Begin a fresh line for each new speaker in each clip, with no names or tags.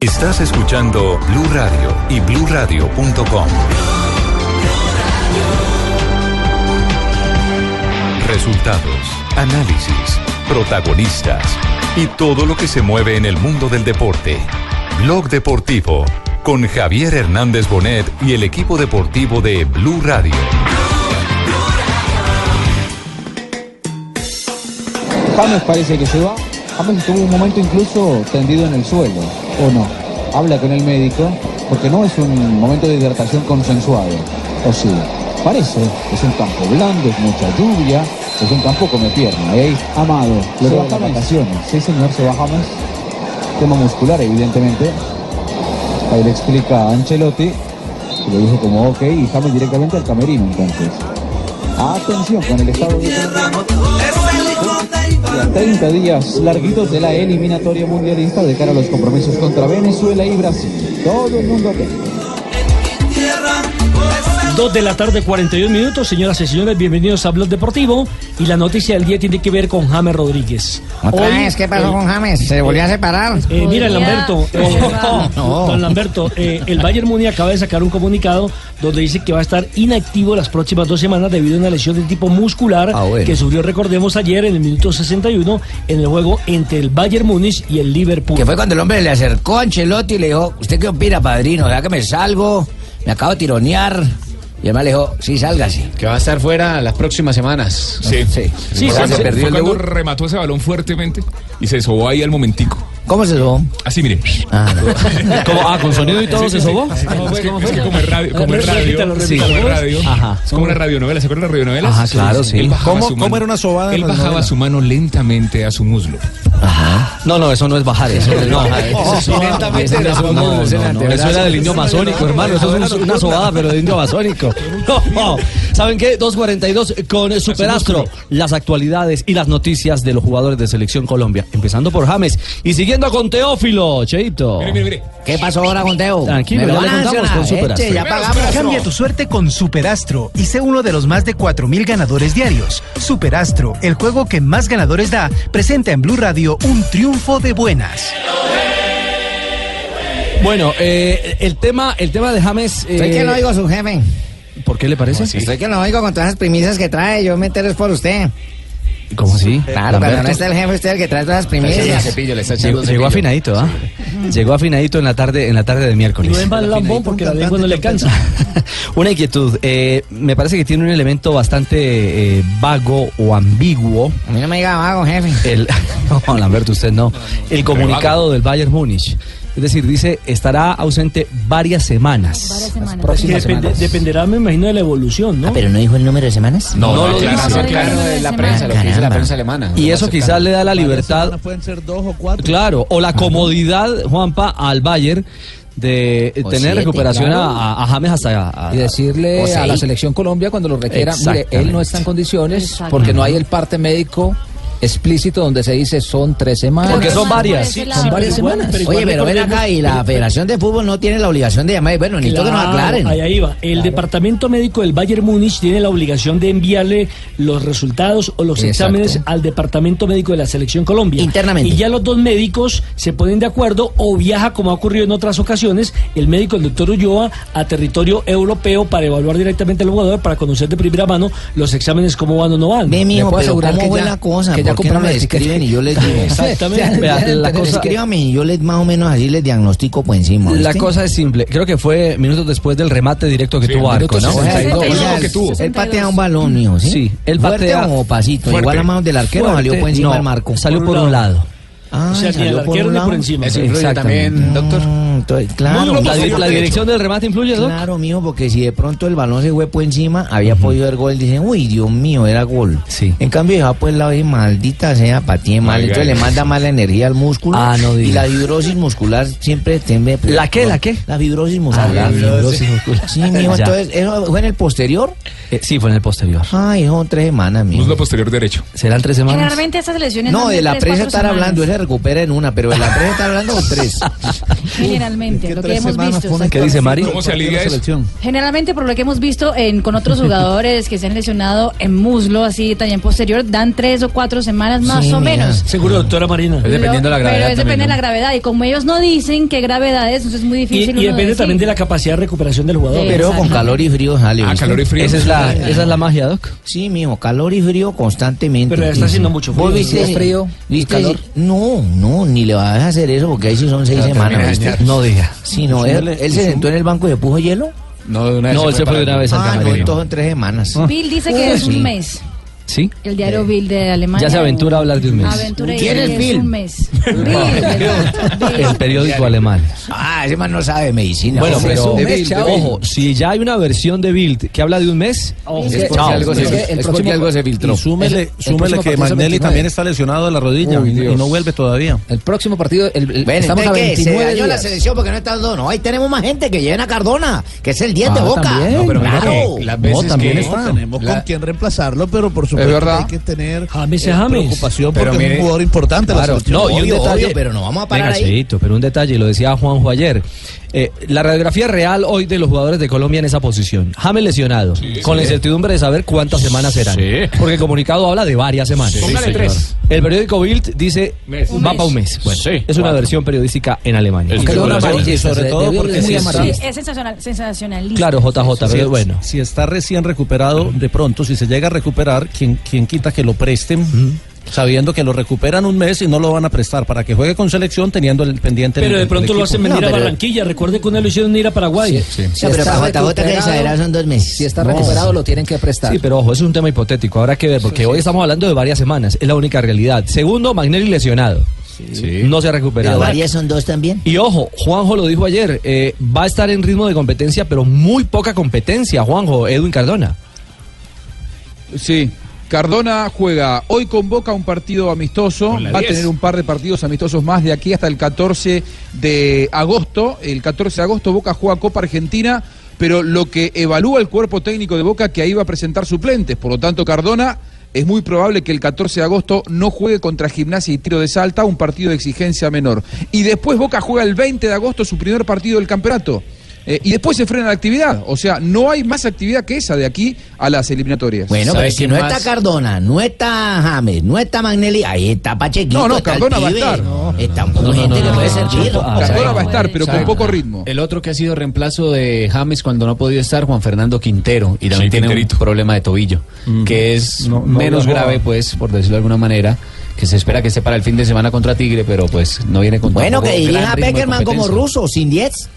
Estás escuchando Blue Radio y BlueRadio.com. Resultados, análisis, protagonistas y todo lo que se mueve en el mundo del deporte. Blog deportivo con Javier Hernández Bonet y el equipo deportivo de Blue Radio.
James parece que se va. James estuvo un momento incluso tendido en el suelo, ¿o no? Habla con el médico, porque no es un momento de hidratación consensuado, ¿o sí? Parece, es un campo blando, es mucha lluvia, es un campo come pierna, ¿eh? Amado,
Se
lo
va
de las
James.
vacaciones. Sí, señor, se va James. Tema muscular, evidentemente. Ahí le explica a Ancelotti, que lo dijo como ok, y James directamente al camerino, entonces. Atención con el estado de... Y a 30 días larguitos de la eliminatoria mundialista de cara a los compromisos contra Venezuela y Brasil. Todo el mundo atento.
Dos de la tarde, 41 minutos. Señoras y señores, bienvenidos a Blog Deportivo. Y la noticia del día tiene que ver con James Rodríguez.
Otra
Hoy,
vez, Ah, ¿qué pasó
eh,
con James? ¿Se volvió a separar?
eh, mira, Lamberto, eh,
No.
don Lamberto, eh, el Bayern Múnich acaba de sacar un comunicado donde dice que va a estar inactivo las próximas dos semanas debido a una lesión de tipo muscular
Ah, bueno.
que sufrió, recordemos, ayer en el minuto 61 en el juego entre el Bayern Múnich y el Liverpool.
Que fue cuando el hombre le acercó a Ancelotti y le dijo, ¿usted qué opina, padrino? ¿Será que me salgo? ¿Me acabo de tironear? Y además le dijo, sí, sálgase.
Que va a estar fuera las próximas semanas.
Sí,
Sí.
Sí,
Ahora
sí,
se
sí.
perdió
Fue
el
cuando
debut.
remató ese balón fuertemente y se sobó ahí al momentico.
¿Cómo se sobó?
Así, mire.
Ah, no.
ah, con sonido y todo se sobó. Es que como es radio, como es radio,
Repítalo,
sí,
repítalo.
como es radio, es como una radionovela, ¿se acuerdan las radionovelas?
Ajá, claro, sí.
Él bajaba
¿Cómo-
su
cómo
mano-
era una sobada en
Él
las
bajaba
novelas?
su mano lentamente a su muslo.
No, no, eso no es bajar, eso es no.
Lentamente
Eso
no, no,
no, no, eso era del indio amazónico, hermano. Eso es un- una sobada, pero de indio amazónico. No. ¿Saben qué? 242 con Superastro. Las actualidades y las noticias de los jugadores de Selección Colombia. Empezando por James y siguiendo con Teófilo, Cheito.
Mire, mire, mire.
¿Qué pasó ahora con Teo?
Tranquilo,
Me lo
ya le
van a
contamos con
sancionar,
Superastro.
eche, ya pagamos.
Cambia tu suerte con Superastro y sé uno de los más de 4.000 ganadores diarios. Superastro, el juego que más ganadores da, presenta en Blue Radio un triunfo de buenas.
Bueno, eh, el, tema, el tema de James. eh,
Soy quien lo oigo, su jefe.
¿Por qué le parece?
Soy quien lo oigo con todas esas primicias que trae. Yo me entero es por usted.
¿Cómo así?
Claro, cuando no
Lamberto.
está el jefe, usted es el que trae todas las
El
primicias.
cepillo, le está echando
Llegó, ¿ah?
un
llegó
cepillo.
afinadito, ¿ah? Llegó afinadito en la tarde, en la tarde de
Y
miércoles.
no es mal lambón porque la lengua no le cansa.
Una inquietud. eh, me parece que tiene un elemento bastante eh, vago o ambiguo.
A mí no me diga vago, jefe.
El, no, Lamberto, usted no. El comunicado del Bayern Múnich. Es decir, dice, estará ausente varias semanas.
Varias
Las
semanas.
Que
próximas
depende-
semanas.
dependerá, me imagino, de la evolución, ¿no?
Ah, no dijo el número de semanas?
No, no,
lo
claro,
dice.
no, claro,
Claro,
es la
de
prensa, lo que dice la
Caramba.
prensa alemana.
Y
Lo
eso
más
quizás
cercano.
le da la libertad,
Pueden ser dos o cuatro.
claro, o la comodidad, Juanpa, al Bayern de eh,
O
tener
siete,
recuperación
claro.
a, a James hasta... a-
y decirle
O sea,
a la
y-
selección Colombia cuando lo requiera, mire,
Exactamente.
él no está en condiciones
Exactamente.
porque no hay el parte médico explícito donde se dice son tres
Ah,
semanas.
Porque son varias.
Sí,
Son varias
igual-
semanas.
pero igual
Oye, pero ven
recordemos-
acá y la Federación de Fútbol no tiene la obligación de llamar. Bueno, necesito que nos
Claro, Ahí,
aclaren.
ahí va. El departamento médico del Bayern Múnich tiene la obligación de enviarle los resultados o los
Exacto.
exámenes al departamento médico de la selección Colombia.
Internamente.
Y ya los dos médicos se ponen de acuerdo o viaja, como ha ocurrido en otras ocasiones, el médico, el doctor Ulloa, a territorio europeo para evaluar directamente al jugador, para conocer de primera mano los exámenes, cómo van o no van.
Ve, mijo,
puedo
pero
asegurar
¿cómo
que
fue
ya-
la cosa?
que ya
¿Por qué no
compraron
me
el ticket.
escriben y yo les digo?
Exactamente.
Vea, la cosa-
Escríbame y yo les más o menos así les diagnostico por encima.
La
¿oíste?
cosa es simple. Creo que fue minutos después del remate directo que
Sí,
tuvo Arco,
minuto
¿no?
O sea, el-
62.
o
Es
sea,
lo que tuvo.
Él patea un balón, mijo, ¿sí?
Sí, él
¿Fuerte
patea-
o pasito.
Fuerte.
Igual la mano del arquero salió por encima
no,
del marco.
Salió por un lado.
Ah,
o sea, ni el
salió por
arquero
un
ni
lado.
por encima.
Eso influye
Exactamente.
también, doctor.
Mm, entonces, Claro.
La, di- la dirección del remate influye, ¿no?
Claro, mijo, porque si de pronto el balón se huepo encima, había podido ver gol. Dicen, uy, Dios mío, era gol.
Sí.
En cambio, dejaba pues la vez, maldita sea, patié mal.
Oiga,
Entonces le
eso.
manda mala energía al músculo.
Ah, no
Y
diga.
la fibrosis muscular siempre tiende.
¿La qué, la qué?
La fibrosis muscular.
Ah, la fibrosis muscular.
Sí, mijo,
Ya.
entonces, ¿eso fue en el posterior?
Eh, sí, fue en el posterior.
Ay, son tres semanas, mijo.
Muslo posterior derecho.
¿Serán tres semanas?
Generalmente esas lesiones.
No,
son
de la
tres,
prensa
cuatro
estar
semanas.
hablando, él se recupera en una, pero de la prensa estar hablando tres.
generalmente,
¿en qué
lo que
tres
hemos
semanas
visto.
ponen que
exacto.
dice Mari?
¿Cómo se
¿Por qué
alivia
la
eso?
selección?
Generalmente por lo que hemos visto en, con otros jugadores que se han lesionado en muslo, así también posterior, dan tres o cuatro semanas más
Sí,
o
mira.
menos.
Seguro, doctora Marina.
Lo- Pero es depende de la gravedad. Y como ellos no dicen qué gravedad es, entonces es muy
Y, y
difícil. uno
depende
decir.
también de la capacidad de recuperación del jugador.
Sí, Pero con exacto.
calor y frío sale. ¿viste?
Esa es la, esa es la magia, Doc.
Sí, mijo, calor y frío constantemente.
Pero está haciendo mucho frío.
¿Vos viste
¿Es frío
¿Viste?
calor?
No, no, ni le vas a hacer eso porque ahí sí son seis semanas. ¿viste?
No diga.
Sí, no, él, él se sentó en el banco y se puso hielo.
No, de una
No, él se fue de
para-
una vez al
Ah, no,
camerino.
entonces en tres semanas.
Bill dice que es
Sí.
un mes.
¿Sí?
El diario Bill de Alemania.
Ya se aventura a hablar de un mes.
Aventura dice
¿Quién es
que es
Bill?
un mes. Bill, exacto, Bill.
El periódico alemán.
Ah, ese man no sabe de medicina.
Bueno,
hombre.
pero
un mes, chao.
ojo, si ya hay una versión de Bild que habla de un
Es
mes,
que-
Chao.
es que el próximo-
filtró.
súmele- súmele que Magnelli también
está lesionado de la rodilla
Uy, Dios.
vuelve todavía.
El próximo partido, el, el-
Bueno,
estamos a
entonces, ¿qué? se
29
dañó la
días.
selección porque no está dos. No, ahí tenemos más gente que lleven a Cardona, que es el 10 de
Ah,
Boca.
también.
No,
No,
pero
pero
mira
claro.
que las veces que-
tenemos
la-
con quién reemplazarlo, pero por supuesto que
verdad.
hay que tener
James es
eh,
James.
preocupación
Pero
porque es
mire-
un jugador importante. la
Claro,
selección.
no, y un
Obvio,
detalle.
obvio, pero no vamos a parar
Venga,
ahí.
Cheito, pero un detalle, lo decía Juanjo ayer. Eh, la radiografía real hoy de los jugadores de Colombia en esa posición. James lesionado, con la incertidumbre de saber cuántas semanas serán.
Sí.
Porque el comunicado habla de varias semanas.
Póngale
señor.
tres.
El periódico Bild dice
Mes.
va para un mes. Bueno,
Sí,
es una
cuatro.
versión periodística en Alemania.
El
Ok.
Creo
Sobre
una
todo-
amarillista,
sobre
se-
todo
debió-
porque
muy
si está-
amarillista.
Sí, es sensacional, sensacionalista.
Claro, JJ,
Si,
pero bueno.
si está recién recuperado, de pronto, si se llega a recuperar, ¿quién, quién quita que lo presten? Sabiendo que lo recuperan un mes y no lo van a prestar para que juegue con selección teniendo el pendiente. del-
Pero de
del
pronto lo
equipo.
hacen
No,
venir a
pero-
Barranquilla. Recuerde que una lo hicieron ir a Paraguay.
Si
No, pero
está
para JJ que
recuperado-
exagerado son dos meses.
Si está recuperado, lo tienen que prestar.
Sí, pero ojo, eso es un tema hipotético. Habrá que ver, porque hoy estamos hablando de varias semanas. Es la única realidad. Segundo, Magnelli lesionado. No se ha
Pero
recuperado.
varias son dos también.
Y ojo, Juanjo lo dijo ayer, eh, va a estar en ritmo de competencia, pero muy poca competencia, Juanjo, Edwin Cardona.
Sí. Cardona juega hoy con Boca un partido amistoso,
Con la
va a
10.
tener un par de partidos amistosos más de aquí hasta el 14 de agosto. El 14 de agosto Boca juega Copa Argentina, pero lo que evalúa el cuerpo técnico de Boca que ahí va a presentar suplentes. Por lo tanto, Cardona es muy probable que el 14 de agosto no juegue contra Gimnasia y Tiro de Salta, un partido de exigencia menor. Y después Boca juega el 20 de agosto su primer partido del campeonato. Eh, y después se frena la actividad. O sea, no hay más actividad que esa de aquí a las eliminatorias.
Bueno,
¿Sabe
pero si
quién
no
más?
está Cardona, no está James, no está Magnelli, ahí está Pachequito.
No, no,
está el
Cardona va a
pibe.
estar.
Está un poco de gente que puede servir.
Ah,
Cardona
sí.
va a estar, pero con
¿Sabe?
poco ritmo.
El otro que ha sido reemplazo de James cuando no ha podido estar, Juan Fernando Quintero, y también
Sí,
tiene
Quinterito.
un problema de tobillo, que es
No, no
menos
lo jugaba.
grave, pues, por decirlo de alguna manera, que se espera que esté para el fin de semana contra Tigre, pero pues no viene con
Bueno, que
tampoco gran
dirija a
ritmo de
Peckerman como
competencia.
ruso, sin 10.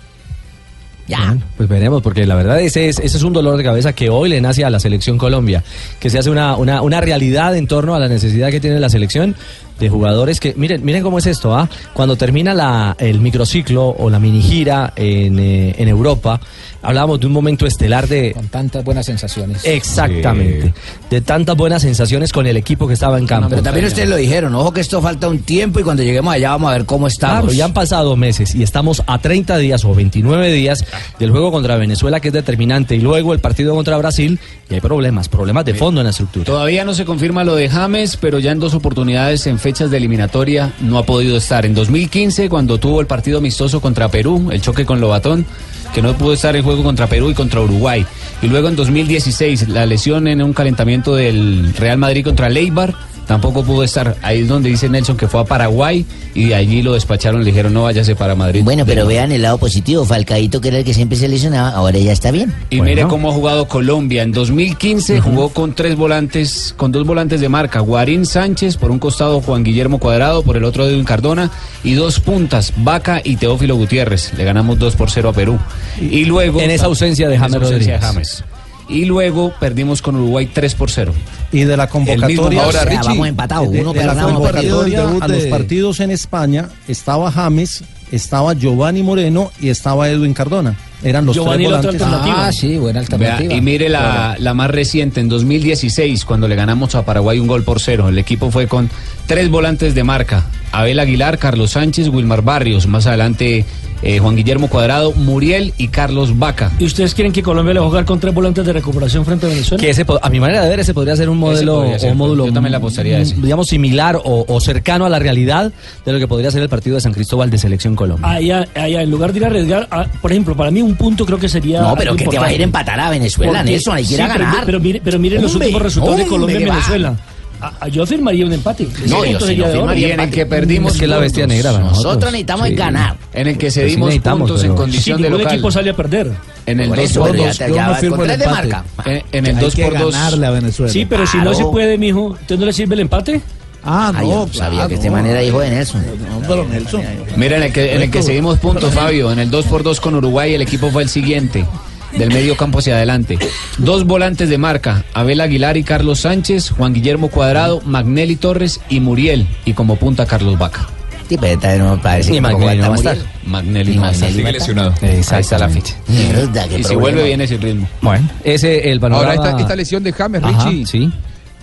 Ya.
Bueno, Pues veremos, porque la verdad ese es, ese es un dolor de cabeza que hoy le nace a la selección Colombia, que se hace una, una, una realidad en torno a la necesidad que tiene la selección de jugadores que, miren, miren cómo es esto, ¿ah? Cuando termina la, el microciclo o la mini gira en, eh, en Europa, hablábamos de un momento estelar de,
Con tantas buenas sensaciones.
Exactamente. De tantas buenas sensaciones con el equipo que estaba en campo.
Pero también ustedes lo dijeron, ojo que esto falta un tiempo y cuando lleguemos allá vamos a ver cómo estamos.
Claro, ya han pasado meses y estamos a 30 días o 29 días del juego contra Venezuela que es determinante y luego el partido contra Brasil y hay problemas, problemas de fondo en la estructura.
Todavía no se confirma lo de James, pero ya en dos oportunidades en fechas de eliminatoria no ha podido estar. En 2015, cuando tuvo el partido amistoso contra Perú, el choque con Lobatón, que no pudo estar en juego contra Perú y contra Uruguay. Y luego en 2016, la lesión en un calentamiento del Real Madrid contra Leibar, tampoco pudo estar. Ahí es donde dice Nelson que fue a Paraguay y de allí lo despacharon, le dijeron no váyase para Madrid.
Bueno, pero
De-
vean el lado positivo. Falcaíto, que era el que siempre se lesionaba, ahora ya está bien.
Y mire cómo ha jugado Colombia. En 2015 jugó con tres volantes, con dos volantes de marca. Guarín Sánchez, por un costado Juan Guillermo Cuadrado, por el otro Edwin Cardona. Y dos puntas, Vaca y Teófilo Gutiérrez. Le ganamos 2 por 0 a Perú. Y luego...
En esa ausencia de
En esa
James
ausencia de
Rodríguez.
James. Y luego perdimos con Uruguay 3 por 0.
Y de la convocatoria.
ahora,
o sea,
Richie,
vamos empatados,
de-
uno
de la
para uno.
convocatoria
partido, el debut
a los
de-
partidos en España estaba James, estaba Giovanni Moreno y estaba Edwin Cardona. Eran los
Giovanni,
tres
el otro
volantes.
alternativa.
Ah, sí, buena
Vea,
alternativa.
y mire la, la más reciente, en 2016, cuando le ganamos a Paraguay un gol por cero. El equipo fue con tres volantes de marca. Abel Aguilar, Carlos Sánchez, Wilmar Barrios. Más adelante eh, Juan Guillermo Cuadrado, Muriel y Carlos Vaca.
¿Y ustedes quieren que Colombia le va a jugar con tres volantes de recuperación frente a Venezuela?
Que ese, po- a mi manera de ver, ese podría ser un modelo
podría ser,
o un módulo.
yo también le apostaría a ese.
Digamos, similar o, o cercano a la realidad de lo que podría ser el partido de San Cristóbal de Selección Colombia.
Allá, allá, en lugar de ir a arriesgar, ah, por ejemplo, para mí un punto creo que sería.
No, pero
algo
que te va a ir a
importante.
empatar a Venezuela, Nelson, ahí quiera
pero mi-
ganar.
Pero, mire- pero miren los
Hombre,
últimos resultados de
hombre,
Colombia y
que va.
Venezuela. Ah, ah, yo firmaría un empate. Ese
No,
punto
yo sí
sería
lo
de oro.
firmaría, Y en el empate. que perdimos Es que la puntos. bestia negra para
nosotros.
nosotros.
necesitamos
Sí.
es ganar.
En el
Pues
que
se
cedimos puntos en condición
Sí,
de
ningún
local.
equipo sale a perder.
En el
Por
2
eso,
por
pero ya
2
te- ya vas con tres de marca.
En, en el
Hay
2
que
por 2
ganarle a Venezuela.
Sí, pero si no
Claro.
se puede, mijo, ¿usted no le sirve el empate?
Ah, no, sabía que este manera dijo de Nelson.
No, pero Nelson. Mira, en el que, en el que seguimos puntos, Fabio. En el 2 por 2 con Uruguay, el equipo fue el siguiente. Del medio campo hacia adelante. Dos volantes de marca, Abel Aguilar y Carlos Sánchez, Juan Guillermo Cuadrado, Magnelli Torres y Muriel. Y como punta, Carlos Vaca.
Sí, pero esta no parece
Y
que
Magnelli
aguanta
no va a
Muriel.
estar. Magnelli
Y
no va a estar.
Magnelli
Sigue
va a estar.
lesionado. Exacto. Ahí está la ficha.
Mierda, qué
Y si
problema.
vuelve bien ese ritmo.
Bueno,
ese el
Ahora,
panorama-
esta, esta lesión de James,
Ajá,
Richie.
sí.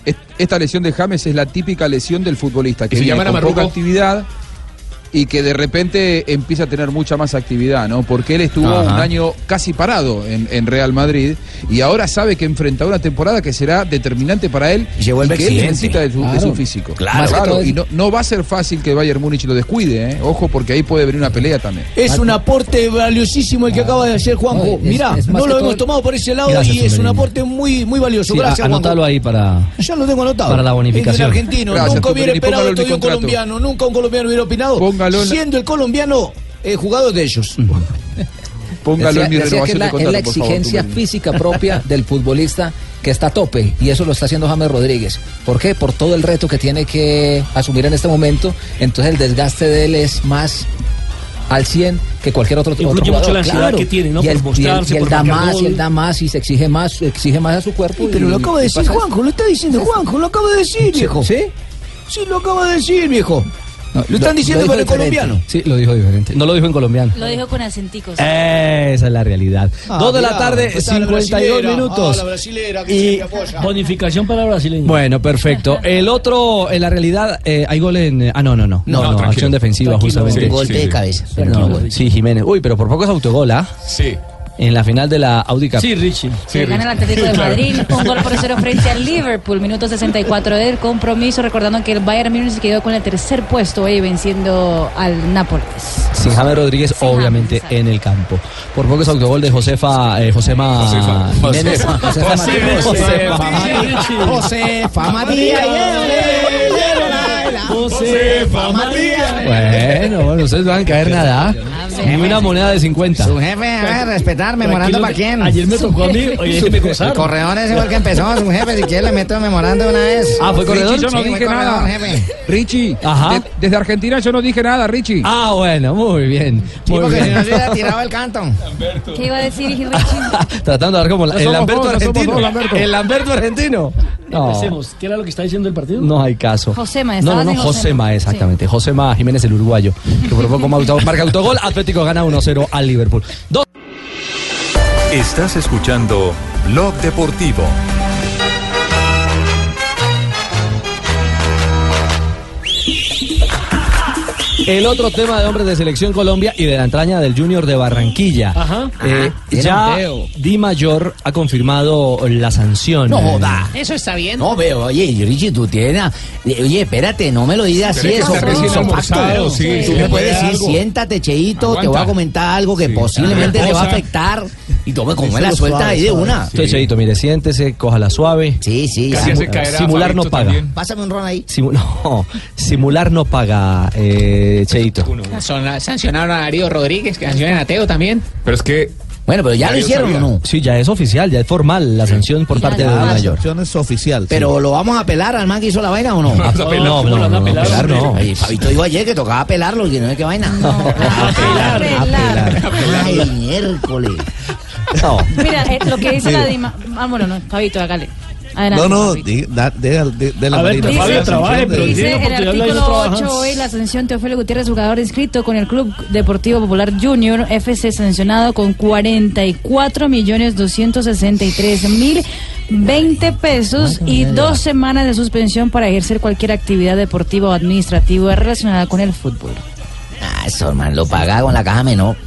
es- Esta lesión de James es la típica lesión del futbolista, que
Y si
viene
llaman a
con poca
Marruecos.
actividad y que de repente empieza a tener mucha más actividad, ¿no? Porque él estuvo
Ajá.
un año casi parado en, en Real Madrid y ahora sabe que enfrenta una temporada que será determinante para él
se vuelve
y que él
exigente.
necesita de su, de su
Claro.
físico.
Claro. Más que todo-
y no, no va a ser fácil que Bayern Múnich lo descuide, ¿eh? Ojo, porque ahí puede venir una pelea también.
Es un aporte valiosísimo el que acaba de hacer Juanjo.
No, es-
Mirá,
es más
no
que
lo
todo-
hemos tomado por ese lado
Gracias,
y es un
Tumberini.
aporte muy, muy valioso.
Sí, a-
Gracias, Juanjo.
anótalo ahí para.
Ya lo tengo anotado.
Para la bonificación.
Es de un argentino.
Gracias,
nunca hubiera
Tumberini.
esperado
Póngalo en
esto
mi
de un
contrato.
colombiano. Nunca un colombiano hubiera opinado.
Póngalo en la-
Siendo el colombiano eh, jugador de ellos.
Póngalo en mi
Decía- decía que
renovación
es la,
de
es la
contrato, por favor,
exigencia
Tumberini.
física propia del futbolista que está a tope y eso lo está haciendo James Rodríguez. ¿Por qué? Por todo el reto que tiene que asumir en este momento. Entonces el desgaste de él es más al 100 que cualquier otro,
Influye
otro
mucho
jugador.
la ansiedad
claro.
que tiene, ¿no?
Y
Por
él, y él-
mostrarse,
y él
por
da
marcar
más,
gol.
él da más y se exige más, exige más a su cuerpo.
Pero
y-
lo acaba de
y
decir
pasa
Juanjo, lo está diciendo Juanjo, lo acaba de decir, viejo. ¿Sí? Sí, lo acaba de decir, viejo. lo están diciendo
dijo
por el
diferente.
colombiano.
Sí, lo dijo diferente. No lo dijo en colombiano.
Lo dijo con acenticos.
Eh, Esa es la realidad.
Ah,
Dos de la
mirá,
tarde,
pues está la
52
brasilera.
minutos.
Ah, la brasilera, que
y
siempre apoya.
Bonificación para brasileño.
Bueno, perfecto. El otro, en la realidad, eh, hay gol en. eh, Ah, no, no, no. No,
No,
no,
tranquilo.
acción defensiva,
Tranquilo.
justamente.
Sí, Gol sí, de sí.
cabeza.
No,
Tranquilo,
gol. sí, Jiménez. Uy, pero por poco es autogol, ¿ah?
Sí.
En la final de la Audi Cup.
Sí, Richie.
Que gana el Atlético de Madrid, un gol por cero frente al Liverpool, minuto 64 del compromiso, recordando que el Bayern Múnich se quedó con el tercer puesto hoy venciendo al Nápoles.
Sin James Rodríguez, obviamente, en el campo. Por poco es autogol de Josefa, eh, Josema
Josefa.
Jiménez.
Josefa.
Josefa Martínez.
Josefa.
Josefa.
Josefa
Matías,
Josefa Matías.
Bueno, bueno, ustedes no van a caer nada. ¿ah? Ni una moneda de 50.
Su jefe, a respetar, memorando
Tranquilo,
para quién.
ayer me tocó a mí, oye, es que me gozaron.
El corredor es igual que empezó, su jefe, si quiere le meto memorando de una vez.
Ah, ¿fue corredor?
Richie,
Sí,
yo no
fue
dije
corredor,
nada.
jefe.
Richie,
Ajá.
de- desde Argentina yo no dije nada, Richie.
Ah, bueno, muy bien. Muy
Porque si
bien.
no se hubiera tirado el canto.
¿Qué iba a decir Richie?
Tratando de dar como la-
No
el
somos
Lamberto
dos, no somos
argentino.
dos, Lamberto.
El Lamberto argentino. No,
Empecemos. ¿Qué era lo que está diciendo el partido?
no hay caso.
Josema,
No, no,
estabas
no,
en Josema.
Josema, exactamente. Josema Jiménez, el uruguayo, que por poco auto- marca autogol. Atlético gana 1-0 al Liverpool. Dos.
Estás escuchando Blog Deportivo.
El otro tema de hombres de Selección Colombia y de la entraña del Junior de Barranquilla.
Ajá.
Eh,
Era un
ya
teo.
Di Mayor ha confirmado la sanción.
No joda.
Eso está bien.
No, veo, oye, Richie, tú tienes. eh, a- Oye, espérate, no me lo digas así,
Pero es que
eso
está recién
son
almorzado,
factos.
sí,
Tú
sí,
me puedes
puede
decir,
algo.
siéntate, Cheito, te voy
Aguanta.
a comentar algo que
Sí,
posiblemente te va a
reposa.
afectar. Y tome pues, como me la suelta ahí de una. Ah,
Entonces, Cheito, mire, siéntese, cójala suave.
Sí, sí,
Casi
sí.
hace caer a
simular no
Fabito
paga.
también.
Pásame un ron ahí.
Simu- no, simular no paga, eh, Cheito.
sancionaron a Darío Rodríguez, que sancionen a Teo también.
Pero es que
Bueno, pero ya
Ya
lo
yo
hicieron o
sabía.
no.
Sí, ya es oficial, ya es formal la sanción por parte de Di Mayor.
es oficial.
Pero lo vamos a pelar al man que hizo la vaina o no.
Ah,
a pelar,
No,
¿cómo
no,
la van a
no, no,
pelar,
pelar no.
Oye, Fabito dijo ayer que tocaba pelarlo, que no sé qué vaina.
Apelar, apelar.
Ay, miércoles.
No.
Mira, eh, lo que dice la Dima. Ah, bueno, no, Fabito, hágale. Adelante, Fabito.
de
A ver,
manera.
Fabio,
Dice-
trabaje, pero
Dice
tiene
el
oportunidad de
artículo
trabajar.
8 hoy la sanción Teofilo Gutiérrez, jugador inscrito con el Club Deportivo Popular Junior FC, sancionado con 44 millones 263 mil 20 pesos y dos semanas de suspensión para ejercer cualquier actividad deportiva o administrativa relacionada con el fútbol.
Ah, eso, hermano, lo paga con la caja menor.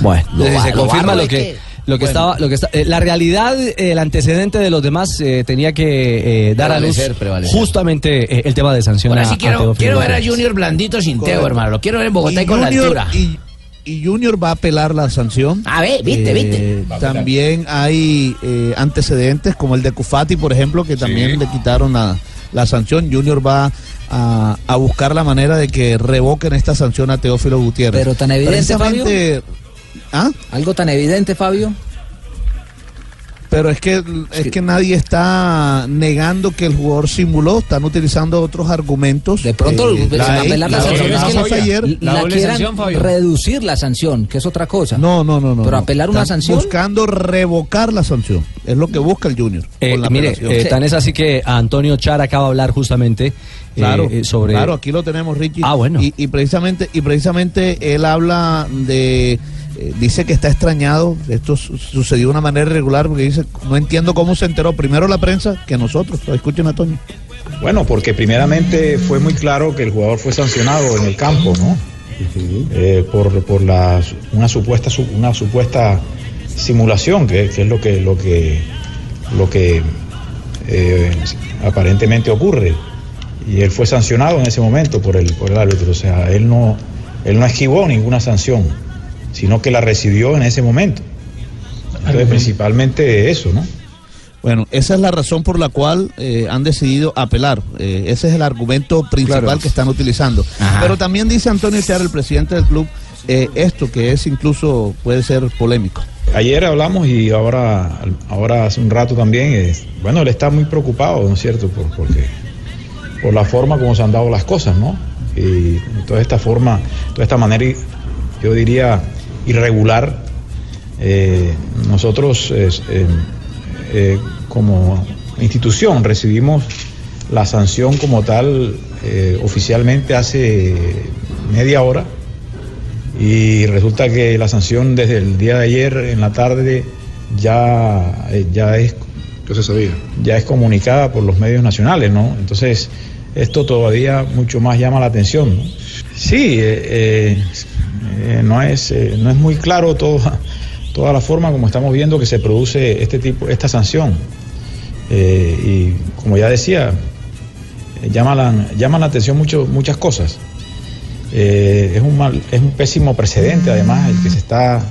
Bueno, si
va-
se
lo va a
confirma lo
arruinar.
que lo que
Bueno.
estaba lo que está- eh, la realidad eh, el antecedente de los demás eh, tenía que eh, dar a luz
Prevalecer, prevalecer.
justamente eh, el tema de sanción
Ahora
a-
sí
a
quiero,
Teófilo
quiero ver a
Gutiérrez.
Junior blandito sin Teo,
Correcto.
hermano. Lo quiero ver en Bogotá y, con
Junior-
la altura.
Y, y Junior va a apelar la sanción. Eh,
A ver, viste, viste. Va a apelar.
También hay eh, antecedentes como el de Cufati, por ejemplo, que también le quitaron la, la sanción. Junior va a, a buscar la manera de que revoquen esta sanción a Teófilo Gutiérrez.
Pero tan evidente,
Precisamente- ¿Ah?
Algo tan evidente, Fabio.
Pero es que es que nadie está negando que el jugador simuló, están utilizando otros argumentos. Eh, E, De
Pronto pues, la, apelar la sanción, es que
que E, ayer
la, quieran reducir la sanción, que es otra cosa.
No, no, no, no.
Pero
no.
apelar una
Están
sanción.
Buscando revocar la sanción. Es lo que busca el Junior.
Eh,
con la
mire,
apelación.
eh, tan es así que a Antonio Char acaba de hablar justamente eh,
Claro,
eh, sobre
claro, aquí lo tenemos, Richie.
Ah, bueno.
Y, y precisamente, y precisamente él habla de. eh, dice que está extrañado. Esto su- sucedió de una manera irregular porque dice: No entiendo cómo se enteró primero la prensa que nosotros. Escuchen a Toño.
Bueno, porque primeramente fue muy claro que el jugador fue sancionado en el campo, ¿no? Eh, por por la- una supuesta su- una supuesta simulación, que, que es lo que lo que lo que eh, aparentemente ocurre. Y él fue sancionado en ese momento por el por el árbitro, o sea, él no él no esquivó ninguna sanción, sino que la recibió en ese momento. Entonces, principalmente eso, ¿no?
Bueno, esa es la razón por la cual eh, han decidido apelar. Eh, ese es el argumento principal
Claro.
que están utilizando.
Ajá.
Pero también dice Antonio Char, el presidente del club, eh, esto que es incluso puede ser polémico.
Ayer hablamos y ahora, ahora hace un rato también, eh, bueno, él está muy preocupado, ¿no es cierto? Por, porque, por la forma como se han dado las cosas, ¿no? Y toda esta forma, toda esta manera, i- yo diría, irregular, eh, nosotros es, eh, eh, como institución recibimos la sanción como tal eh, oficialmente hace media hora y resulta que la sanción desde el día de ayer en la tarde ya, eh, ya es se sabía ya es comunicada por los medios nacionales no entonces esto todavía mucho más llama la atención ¿no? sí eh, eh, eh, no es eh, no es muy claro toda toda la forma como estamos viendo que se produce este tipo esta sanción Eh, y como ya decía eh, llama la, llama la atención mucho, muchas cosas eh, es, un mal- es un pésimo precedente además el que se está,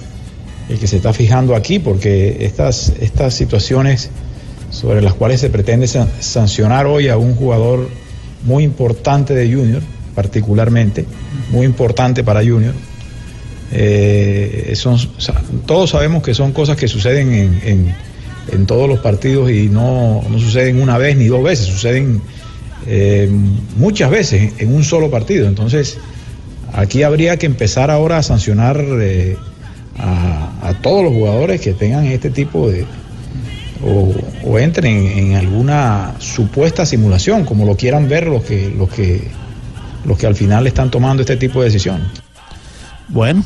el que se está fijando aquí, porque estas, estas situaciones sobre las cuales se pretende san- sancionar hoy a un jugador muy importante de Junior, particularmente, muy importante para Junior, eh, son, o sea, todos sabemos que son cosas que suceden en, en- en todos los partidos y no, no suceden una vez ni dos veces, suceden eh, muchas veces en un solo partido. Entonces, aquí habría que empezar ahora a sancionar eh, a, a todos los jugadores que tengan este tipo de o, o entren en alguna supuesta simulación, como lo quieran ver los que los que los que al final están tomando este tipo de decisiones.
Bueno,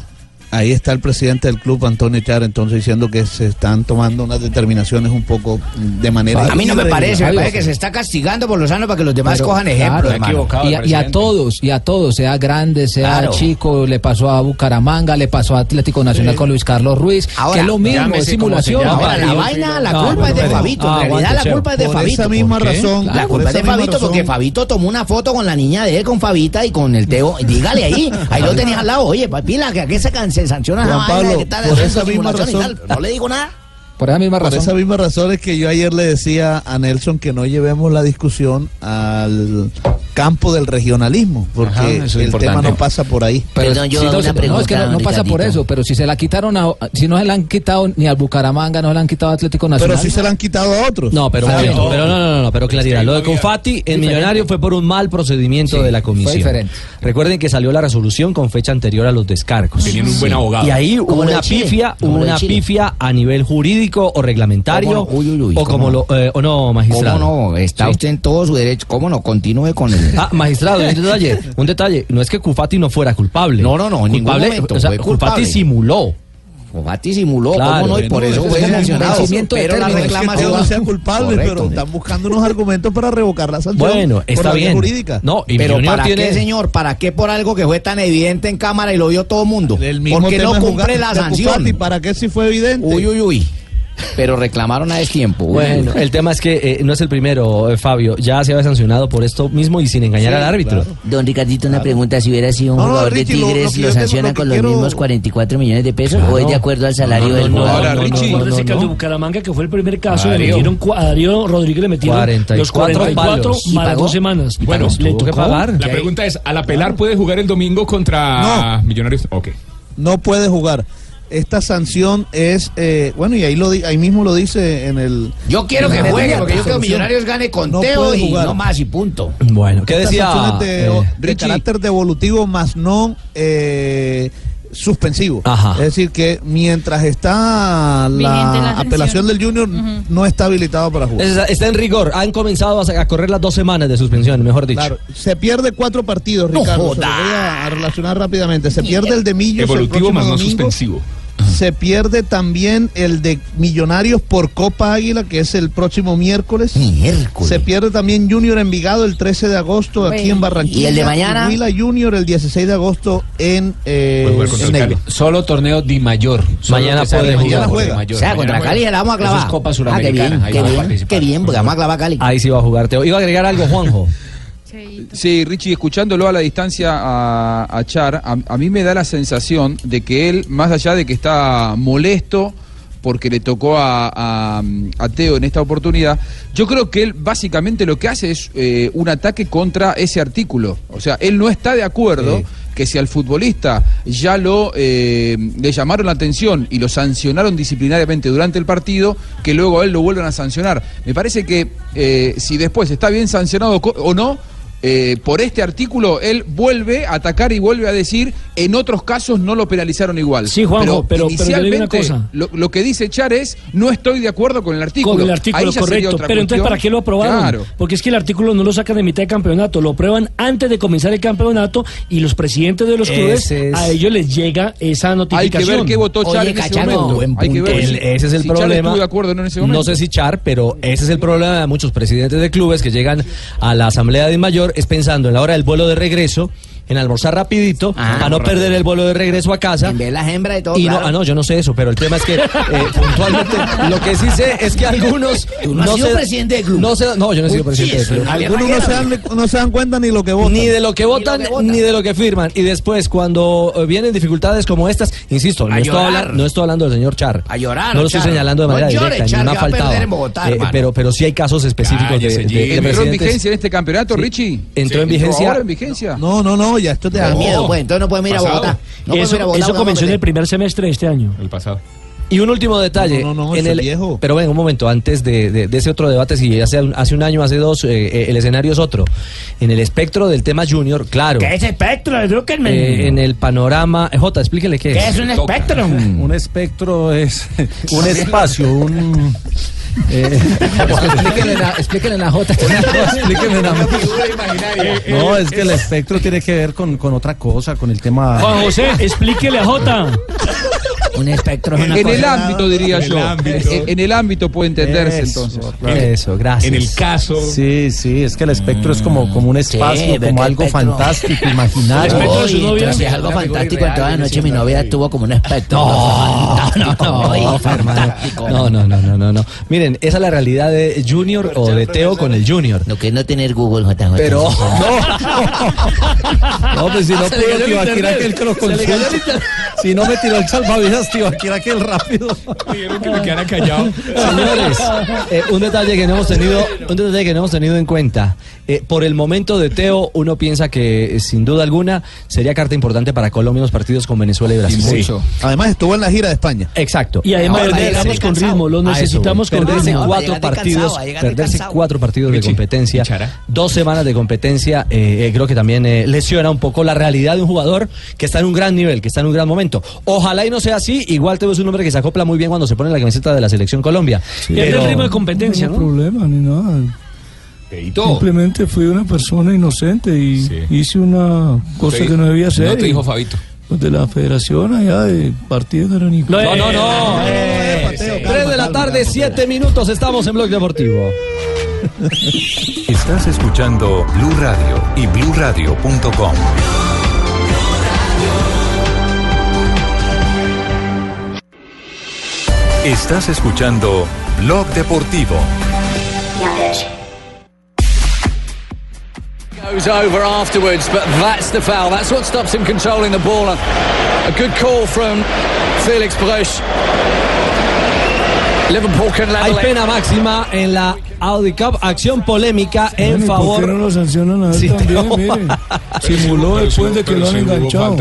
ahí está el presidente del club, Antonio Char, entonces diciendo que se están tomando unas determinaciones un poco de manera.
A mí no me parece, me
irregular.
parece que se está castigando por los años para que los demás
Pero,
cojan Este ejemplo,
claro,
hermano.
y, a- y a todos, y a todos, sea grande, sea
Claro.
chico, le pasó a Bucaramanga, le pasó a Atlético Nacional con Luis Carlos Ruiz, que es lo mismo, es simulación.
Ahora, la vaina, la culpa es de Fabito.
Ah,
en realidad, la culpa es de Fabito. Ah, ¿Por qué? La culpa es de Fabito porque Fabito tomó una foto con la niña de él, con Fabita y con el Teo. Dígale ahí, ahí lo tenías al lado. Oye, papila, que aquí se, can- se sanciona la
Juan
vaina
Pablo,
que tal,
por
haciendo
esa misma
simulación y
razón-
tal. No le digo nada.
Por esa misma
Por
razón.
esa misma razón es que yo ayer le decía a Nelson que no llevemos la discusión al campo del regionalismo, porque
Ajá, eso es
el tema
importante.
no pasa por ahí.
Sí, no, se- no, es que no, no pasa por eso, pero si se la quitaron, a- si no se la han quitado ni al Bucaramanga, no se la han quitado a Atlético Nacional.
sí se la han quitado a otros.
No, pero, un
Ah,
momento,
no.
pero no, no, no, no, pero claridad. Lo de Confati en
Diferente.
Millonario fue por un mal procedimiento de la comisión.
diferente.
Recuerden que salió la resolución con fecha anterior a los descargos.
Tenían un buen abogado.
Y ahí hubo
Como lo de
una
Chile,
pifia,
como lo de
una
Chile.
pifia a nivel jurídico o reglamentario.
¿Cómo no? Uy, uy, uy,
o como
¿cómo
lo, eh, o no, magistrado.
¿Cómo no? Está
Sí.
usted en todo su derecho. ¿Cómo no? Continúe con el.
Ah, magistrado, un detalle, un detalle. No es que Cufati no fuera culpable.
No, no, no, en ningún
Culpable,
momento
o sea,
fue
Cufati
culpable.
simuló.
Fofati simuló,
Claro,
¿cómo no? Y por
bueno,
eso
eso
fue
es como un
sancionado.
vencimiento de
Pero la
términos.
reclamación
No es que todo sea culpable, pero están buscando unos argumentos para revocar la sanción
Bueno,
por la
está
vía
bien.
jurídica.
No, pero ¿para qué, señor? ¿Para qué por algo que fue tan evidente en cámara y lo vio todo el mundo?
mismo
Porque
tema
no
es jugar-
cumple la
de
sanción.
Fufati, ¿Para qué si fue evidente?
Uy, uy, uy. Pero reclamaron a destiempo. Uy,
Bueno,
uy.
el tema es que eh, no es el primero, eh, Fabio. Ya se había sancionado por esto mismo y sin engañar
Sí,
al árbitro.
Don Ricardito, una pregunta, si hubiera sido un
No, no,
jugador
Richie,
de
lo-
Tigres,
lo que
¿lo,
yo tengo-
sancionan
lo que
con los
quiero-
mismos 44 millones de pesos o es de acuerdo al salario del jugador?
Ahora, Richie. Acuérdese que al de Bucaramanga, que fue el primer caso, le
Darío.
metieron, cua- a Darío Rodríguez le metieron
44
los 44
palos. ¿Y
más las
pagó?
dos semanas.
Bueno,
le tocó
La pregunta es, ¿al apelar puede jugar el domingo contra Millonarios? Ok.
no puede jugar. Esta sanción es, eh, bueno, y ahí, lo di- ahí mismo lo dice en el...
Yo quiero
en
que
la
juegue,
nota,
porque yo quiero
sanción.
que Millonarios gane con
No
Teo
puede
y
jugar.
no más y punto.
Bueno,
Estas sanciones de, de carácter devolutivo más no eh, suspensivo. Es decir, que mientras está
Vigente
la,
la sanción.
apelación del Junior, no está habilitado para jugar.
Es- está en rigor. Han comenzado a, sa- a correr las dos semanas de suspensión, mejor dicho.
Claro, se pierde cuatro partidos, Ricardo. se lo voy a relacionar rápidamente. Se pierde el de Millos. el
Evolutivo
próximo
más no
domingo.
suspensivo.
Se pierde también el de Millonarios por Copa Águila, que es el próximo miércoles. Se pierde también Junior Envigado el 13 de agosto aquí
Bueno.
en Barranquilla.
¿Y el de mañana?
Huila Junior el 16 de agosto en. eh, en Neiva.
Solo torneo Di Mayor. Solo
Mañana
que sea
puede
Di
jugar.
Mayor,
Mañana
Di Mayor.
O sea, contra
Mañana
Cali se la vamos
juega.
a clavar.
Eso es Copa
Ah, qué bien,
Suramericana. ahí
qué
va a
bien,
participar.
qué bien, porque vamos a clavar a Cali.
Ahí sí va a jugar Teo. Iba a agregar algo, Juanjo.
Sí, Richie, escuchándolo a la distancia a, a Char, a, a mí me da la sensación de que él, más allá de que está molesto porque le tocó a, a- a Teo en esta oportunidad, yo creo que él básicamente lo que hace es eh, un ataque contra ese artículo. O sea, él no está de acuerdo que si al futbolista ya lo eh, le llamaron la atención y lo sancionaron disciplinariamente durante el partido, que luego a él lo vuelvan a sancionar. Me parece que eh, si después está bien sancionado co- o no, eh, por este artículo, él vuelve a atacar y vuelve a decir, en otros casos no lo penalizaron igual.
Sí, Juanjo, pero- pero yo le digo una
inicialmente,
cosa.
Lo, lo que dice Char es, no estoy de acuerdo con el artículo.
Con el artículo,
Ahí ya sería
correcto.
otra
Pero entonces,
cuestión.
¿para qué lo aprobaron?
Claro.
Porque es que el artículo no lo sacan de mitad de campeonato, lo aprueban antes de comenzar el campeonato y los presidentes de los clubes,
Ese es-
a ellos les llega esa notificación.
El- ese es el problema. No sé si Char, pero ese es el problema de muchos presidentes de clubes que llegan a la asamblea de mayor es pensando en la hora del vuelo de regreso, en almorzar rapidito, para Ah, no
rápido.
perder el vuelo de regreso a casa. En
las hembras y todo.
Y
claro.
no, ah, no, yo no sé eso, pero el tema es que eh, puntualmente lo que sí sé es que algunos
Tú no has sido presidente de club.
No, se- no, yo no he sido
Uy,
presidente
sí,
de club.
eso,
Algunos no se, dan, no se dan cuenta ni lo que votan.
Ni de lo que votan, ni de lo que firman. Y después, cuando eh, vienen dificultades como estas, insisto, no
A
estoy,
llorar.
habla- no estoy hablando del señor Char.
A llorar,
No lo estoy
Char.
señalando de
No
manera
llores,
directa,
Char,
ni
que va
una
a perder
faltaba.
en Bogotá, hermano.
Eh, pero, pero sí hay casos
Ah,
específicos de, de, de
¿Entró en
presidentes.
vigencia en este campeonato, Richie?
Entró en vigencia.
ahora en vigencia?
No, no, no, ya esto te
da
miedo, pues, entonces no podemos ir a Pasado. Bogotá. No podemos
eso
ir a Bogotá,
eso
vamos a
comenzó en
perder.
el primer semestre de este año.
El pasado.
Y un último detalle.
No, no, no,
en
ese
el,
viejo.
Pero ven, un momento, antes de, de- de ese otro debate, si hace un, hace un año, hace dos, eh, eh, el escenario es otro. En el espectro del tema Junior, claro.
¿Qué es espectro? Edúquenme.
Eh, en el panorama. Eh, Jota, explíquele qué es.
¿Qué es un espectro?
Un espectro es un espacio, un. eh,
Explíquenle la- Explíquenle la J.
explíquenle la- no, es que el espectro tiene que ver con, con otra cosa, con el tema.
Juan José, explíquele a Jota.
Un espectro
En el ámbito, diría yo. En en el ámbito puede entenderse,
Eso,
entonces.
claro. Eso, gracias. Sí, sí, es que el espectro es como, como un
Mm.
espacio,
pero
como
qué
algo
espectro.
fantástico, imaginario.
Uy, entonces es algo fantástico. Toda la noche mi novia tuvo como un aspecto. fantástico,
No, hermano. No,
uy,
no, no, no, no, no. Miren, esa es la realidad de Junior o de Teo con el Junior. Lo que es no tener Google, JJ. Pero,
No, pues si no
Se le
pudo
cayó el
Tibaquira
internet.
que él que lo
Se le cayó el
consulte. Si no me tiró el salvavidas, Tibaquira que él rápido. Dijeron que me quedara callado.
Señores, eh, un detalle que no hemos tenido, un detalle que no hemos tenido en cuenta. Eh, por el momento de Teo, uno piensa que eh, sin duda alguna sería carta importante para Colombia en los partidos con Venezuela y Brasil.
Sí. Además estuvo en la gira de España.
Exacto.
Y además
Ahora,
perderse
perderse
con ritmo, lo
a eso,
necesitamos con
perderse
ritmo.
cuatro
Para llegar
partidos,
descansado, para llegar
perderse
descansado.
cuatro partidos de competencia, dos semanas de competencia, eh, eh, creo que también eh, lesiona un poco la realidad de un jugador que está en un gran nivel, que está en un gran momento. Ojalá y no sea así. Igual Teo es un hombre que se acopla muy bien cuando se pone la camiseta de la selección Colombia.
Pierde
Pero-
el ritmo de competencia,
No
¿no?
hay problema ni nada. Simplemente fui una persona inocente y hice una cosa
Sí.
que no debía hacer.
No te
y-
dijo Fabito.
Los de la federación allá de partido de la
No, no, no. Eh, Mateo, calma, 3 de la tarde, 7 minutos. Estamos en Blog Deportivo.
Estás escuchando Blue Radio y BlueRadio.com. Estás escuchando Blog Deportivo.
goes over afterwards, but that's the foul. That's what stops him controlling the ball. A, a good call from Felix Broesch. Liverpool can
Hay
level it.
pena máxima en la Audi Cup. Acción polémica
Bueno,
en
¿y por
favor.
qué no lo sancionan a él
Sí,
también?
no.
Mire, simuló después de que lo han enganchado.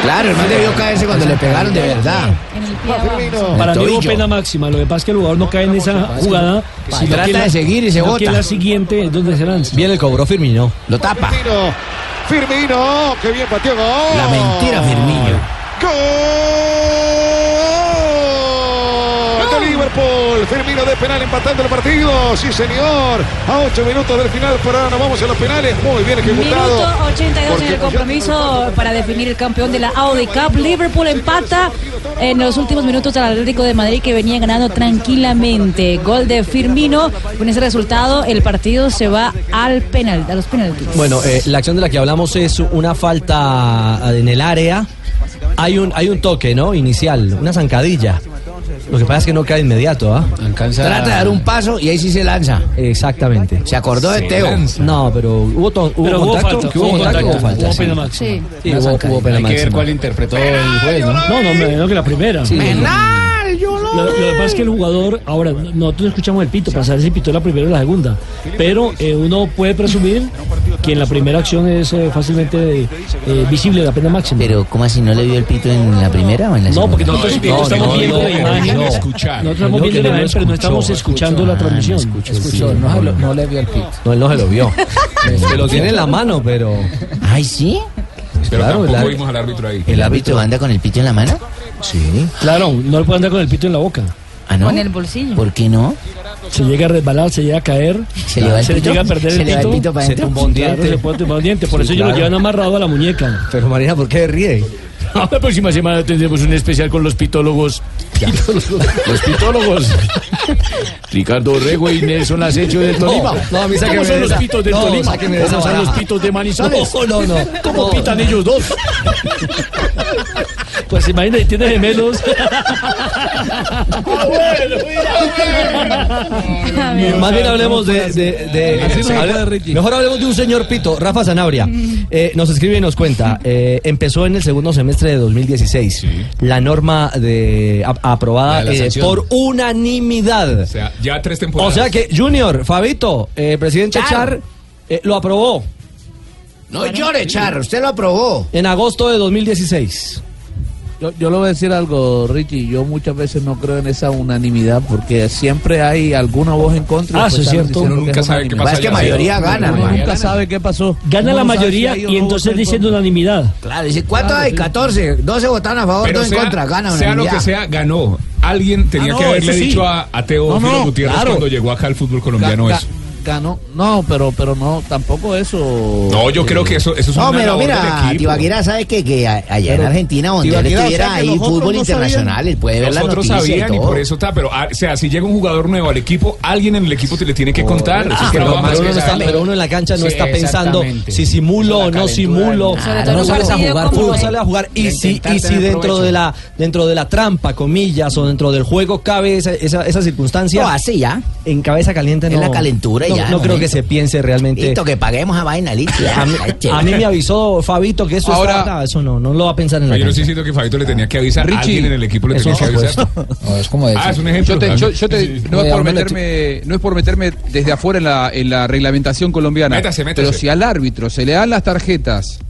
Claro, el man debió caerse cuando le pegaron de verdad.
Para
El
mí hubo
tobillo.
pena máxima. Lo que pasa es que el jugador no cae en esa jugada.
que- Trata de seguir y se bota.
Que la siguiente es donde se lanza.
Bien el cobró Firmino.
Lo tapa.
Firmino, Firmino, que bien pateó gol.
La mentira, Firmino.
Gol de Liverpool. Firmino de penal empatando el partido. Sí, señor. A ocho minutos del final, pero ahora nos vamos a los penales. Muy bien ejecutado.
Minuto 82 en
Porque
el compromiso para definir el campeón de la Audi Cup. Liverpool empata en los últimos minutos al Atlético de Madrid que venía ganando tranquilamente. Gol de Firmino. Con ese resultado el partido se va al penal, a los penaltis.
Bueno, eh, la acción de la que hablamos es una falta en el área. Hay un, hay un toque, ¿no? Inicial, una zancadilla. Lo que pasa es que no cae inmediato, ¿ah?
Trata de dar un paso y ahí sí se lanza.
Exactamente.
¿Se acordó de
Se
Teo?
lanza. No, pero hubo, to- hubo
Pero hubo
contacto.
falta,
que hubo
hubo
contacto,
contacto,
hubo falta.
hubo
sí.
pena
Sí.
Sí, hubo- hubo pena
Hay que ver
máxima.
cuál interpretó el juez, ¿no?
No, no, me imagino que la primera.
Sí.
¡Penal! Lo, lo que pasa es que el jugador, ahora, nosotros escuchamos el pito, para saber si pitó la primera o la segunda. Pero eh, uno puede presumir que en la primera acción es eh, fácilmente eh, visible la pena máxima.
Pero, ¿cómo así no le vio el pito en la primera o en la
No,
segunda?
porque nosotros
No,
estamos
no,
viendo
no,
la imagen.
no.
Nosotros estamos viendo la imagen, pero no estamos escuchando la transmisión.
Escuchó, no, se lo- no le vio el pito.
No, él no se lo vio. Se lo tiene en la mano, pero.
Ay, sí.
Pero
tampoco
el ar-
vimos al árbitro ahí.
¿El árbitro anda con el pito en la mano? Sí.
Claro, no le puede andar con el pito en la boca.
Ah, ¿no?
Con el
bolsillo.
¿Por qué no?
Se llega a resbalar, se llega a caer,
Se le va el pito,
llega a perder
se
el
le va el
pito,
pito para
se
adentro.
tumba un diente. Claro, se puede tumbar un diente, por
Sí,
eso ellos
claro.
lo llevan amarrado a la muñeca.
Pero Marina, ¿por qué ríe?
La próxima semana tendremos un especial con los pitólogos. Los pitólogos. Ricardo Rego y Nelson Asensio del
No,
Tolima.
no, a mí sáqueme
¿Cómo
de
son los
esa.
pitos del
No,
Tolima?
sáqueme de esa
¿Cómo son
baraja.
los pitos de Manizales?
No, no, no.
¿Cómo
No.
pitan ellos dos?
Pues imagínate, tiene gemelos.
Más bien hablemos de. de- de-
Así no se
hable-
puede, Ricky.
mejor hablemos de un señor pito, Rafa Zanabria. Eh, nos escribe y nos cuenta. eh, empezó en el segundo semestre de 2016 la norma de, a- aprobada
La de la
eh,
sanción.
por unanimidad. O sea,
Ya tres temporadas.
que, Junior, Fabito, eh, presidente Char, eh, lo aprobó.
No llore, Char, usted lo aprobó.
En agosto de 2016.
Yo, yo le voy a decir algo, Richie. Yo muchas veces no creo en esa unanimidad porque siempre hay alguna voz en contra. y
Ah,
después
eso
pues,
es
salen
cierto.
diciendo
Uno
que
nunca sabe qué
unanimidad.
pasa allá. Uno nunca
Nunca sabe qué pasó.
Gana
Uno
la
no sabe
mayoría
si hay o
y
no
entonces
votos en
dicen unanimidad.
Claro, dice, ¿cuánto hay? 14. 12 votaron a favor,
Pero
2 en
sea-
contra. Gana una Ah,
sea lo
unanimidad.
que sea, ganó. Alguien tenía
no,
que haberle
eso sí.
dicho a, a
No,
Teo
no,
Gutiérrez
claro.
cuando llegó acá al fútbol colombiano
Ga-
eso.
ga- Ganó. No, pero, pero no, tampoco eso.
No, yo creo que eso, eso es
No,
una
pero
labor
mira,
del equipo.
Tibaquira sabe que, que a- allá en
Pero
Argentina, donde él
Tibaquirá, o sea,
estuviera
"Ah,
que
ahí,
los otros
fútbol
no
internacional, él puede ver la
Nosotros
noticia y
sabían y,
todo.
por eso está, pero ah, o sea, si llega un jugador nuevo al equipo, alguien en el equipo te le tiene que contar. Eso
Ah,
es
pero,
trabajo
pero uno
que
no está-
sale.
pero uno en la cancha no
Sí,
está pensando
exactamente.
si simulo o no simulo.
Sobre todo en
no
un
sale a
partido
jugar
como
fútbol,
este.
sale a jugar. Y
Para
si,
intentar
y si
tener
dentro
provecho.
de la dentro de la trampa, comillas, o dentro del juego cabe esa, esa, esa circunstancia.
Lo hace ya.
En cabeza caliente no.
Es la calentura y
no-
ya,
No creo
momento.
que se piense realmente.
Listo, que paguemos a vaina, listo.
A mí, a mí me avisó Fabito que eso
Ahora-
está- no, eso no, no lo va a pensar en la
Pero yo no
cancha.
estoy diciendo que Fabito le tenía que avisar.
Richie, pues,
alguien en el equipo le
es
tenía
un
que avisar.
No, es como decir.
Ah, es un ejemplo.
Yo te- yo- yo te-
Sí, sí.
no, es
Oye,
por
hombre,
meterme, no es por meterme desde afuera en la, en la reglamentación colombiana.
Métase, métase.
Pero si al árbitro se le dan las tarjetas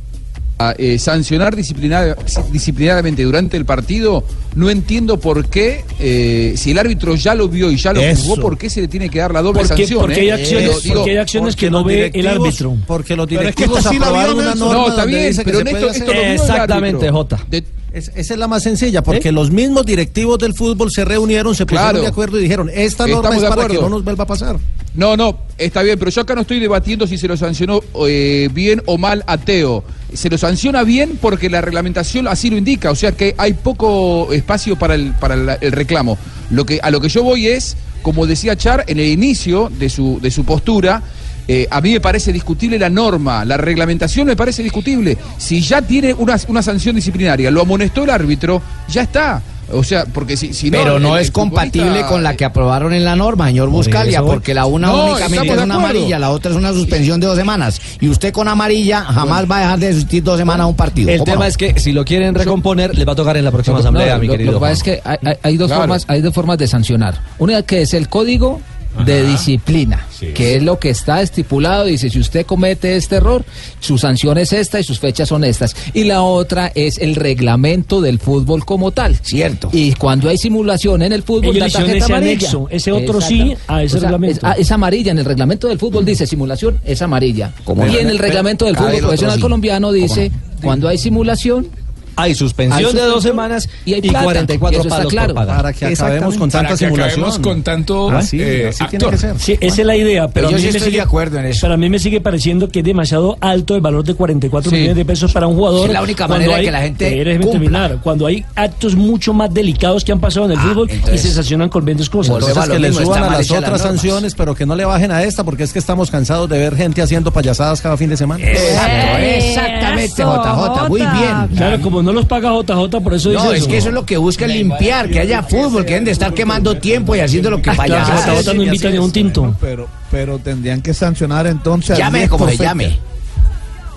a eh, sancionar disciplinar, disciplinariamente durante el partido, no entiendo por qué, eh, si el árbitro ya lo vio y ya lo jugó,
Eso.
¿por qué se le tiene que dar la doble
Porque-
sanción?
porque hay
eh?
acciones-
Pero digo,
porque hay acciones que
porque
no
los
ve el
directivos-
árbitro.
Porque los
Pero es que
directivos
esta sí la vio
aprobaron una
Nelson.
norma
No, está
donde
bien,
dice que
pero
se
en este
puede
esto- esto
hacer.
lo vio el Exactamente, árbitro.
Jota.
De- ¿Eh?
Es- esa es la más sencilla, porque los mismos directivos del fútbol se reunieron, se pusieron
Claro.
de acuerdo y dijeron, esta norma
Estamos
es
de
para que
acuerdo.
no nos vuelva a pasar.
No, no, está bien, pero yo acá no estoy debatiendo si se lo sancionó eh, bien o mal a Teo. Se lo sanciona bien porque la reglamentación así lo indica, o sea que hay poco espacio para el, para la- el reclamo. Lo que, a lo que yo voy es, como decía Char en el inicio de su, de su postura, eh, a mí me parece discutible la norma, la reglamentación me parece discutible. Si ya tiene una, una sanción disciplinaria, lo amonestó el árbitro, ya está. O sea, porque si, si no.
Pero no
el-
es
el futbolista-
compatible con la que aprobaron en la norma, señor Buscalia,
eso.
porque la una
No,
únicamente
estamos
es
de
una
acuerdo.
amarilla, la otra es una suspensión de dos semanas. Y usted con amarilla jamás va a dejar de asistir dos semanas a un partido.
El
¿Cómo
tema
no?
es que si lo quieren recomponer, les va a tocar en la próxima
No,
asamblea,
no,
mi
lo-
querido.
Lo que pasa es que hay, hay- hay dos
Claro.
formas, hay dos formas de sancionar. Una que es el código de disciplina, que es lo que está estipulado, dice, si usted comete este error, su sanción es esta y sus fechas son estas. Y la otra es el reglamento del fútbol como tal. Cierto. Y cuando hay simulación en el fútbol,
Ellos
la
hicieron
tarjeta
ese
amarilla.
anexo, ese otro sí
Exactamente.
a ese
O sea,
reglamento.
Es, ah, es amarilla, en el reglamento del fútbol dice simulación, es amarilla.
¿Cómo
y
no?
en el
Pero-
reglamento del
pero-
fútbol
hay otro
profesional
sí.
colombiano
¿Cómo
dice, cuando hay simulación,
Hay suspensión de dos semanas y, 44 palos por pagar.
Para que acabemos con tanto
Ah,
eh, actor.
Sí, esa es la idea. Pero
Yo
a mí
sí
me
estoy
sigue-
de acuerdo en eso.
Pero a mí me sigue pareciendo que es demasiado alto el valor de 44
Sí.
millones de pesos para un jugador.
Es la única
cuando
manera de que la gente
Eh, déjeme
cumpla.
terminar. Cuando hay actos mucho más delicados que han pasado en el fútbol y se sancionan con 20 cosas.
Cosas que le suban a las otras sanciones, pero que no le bajen a esta, porque es que estamos cansados de ver gente haciendo payasadas cada fin de semana.
Eh, Exactamente, JJ, muy bien.
Claro, como no los paga JJ, por eso
No,
dice
es
eso.
que eso es lo que busca limpiar, que haya fútbol, que deben de estar quemando tiempo y haciendo lo que
Claro,
payasadas.
JJ no invita ni a un tinto.
Pero, pero tendrían que sancionar entonces.
Llame
diez
como
por
se
fecha.
llame.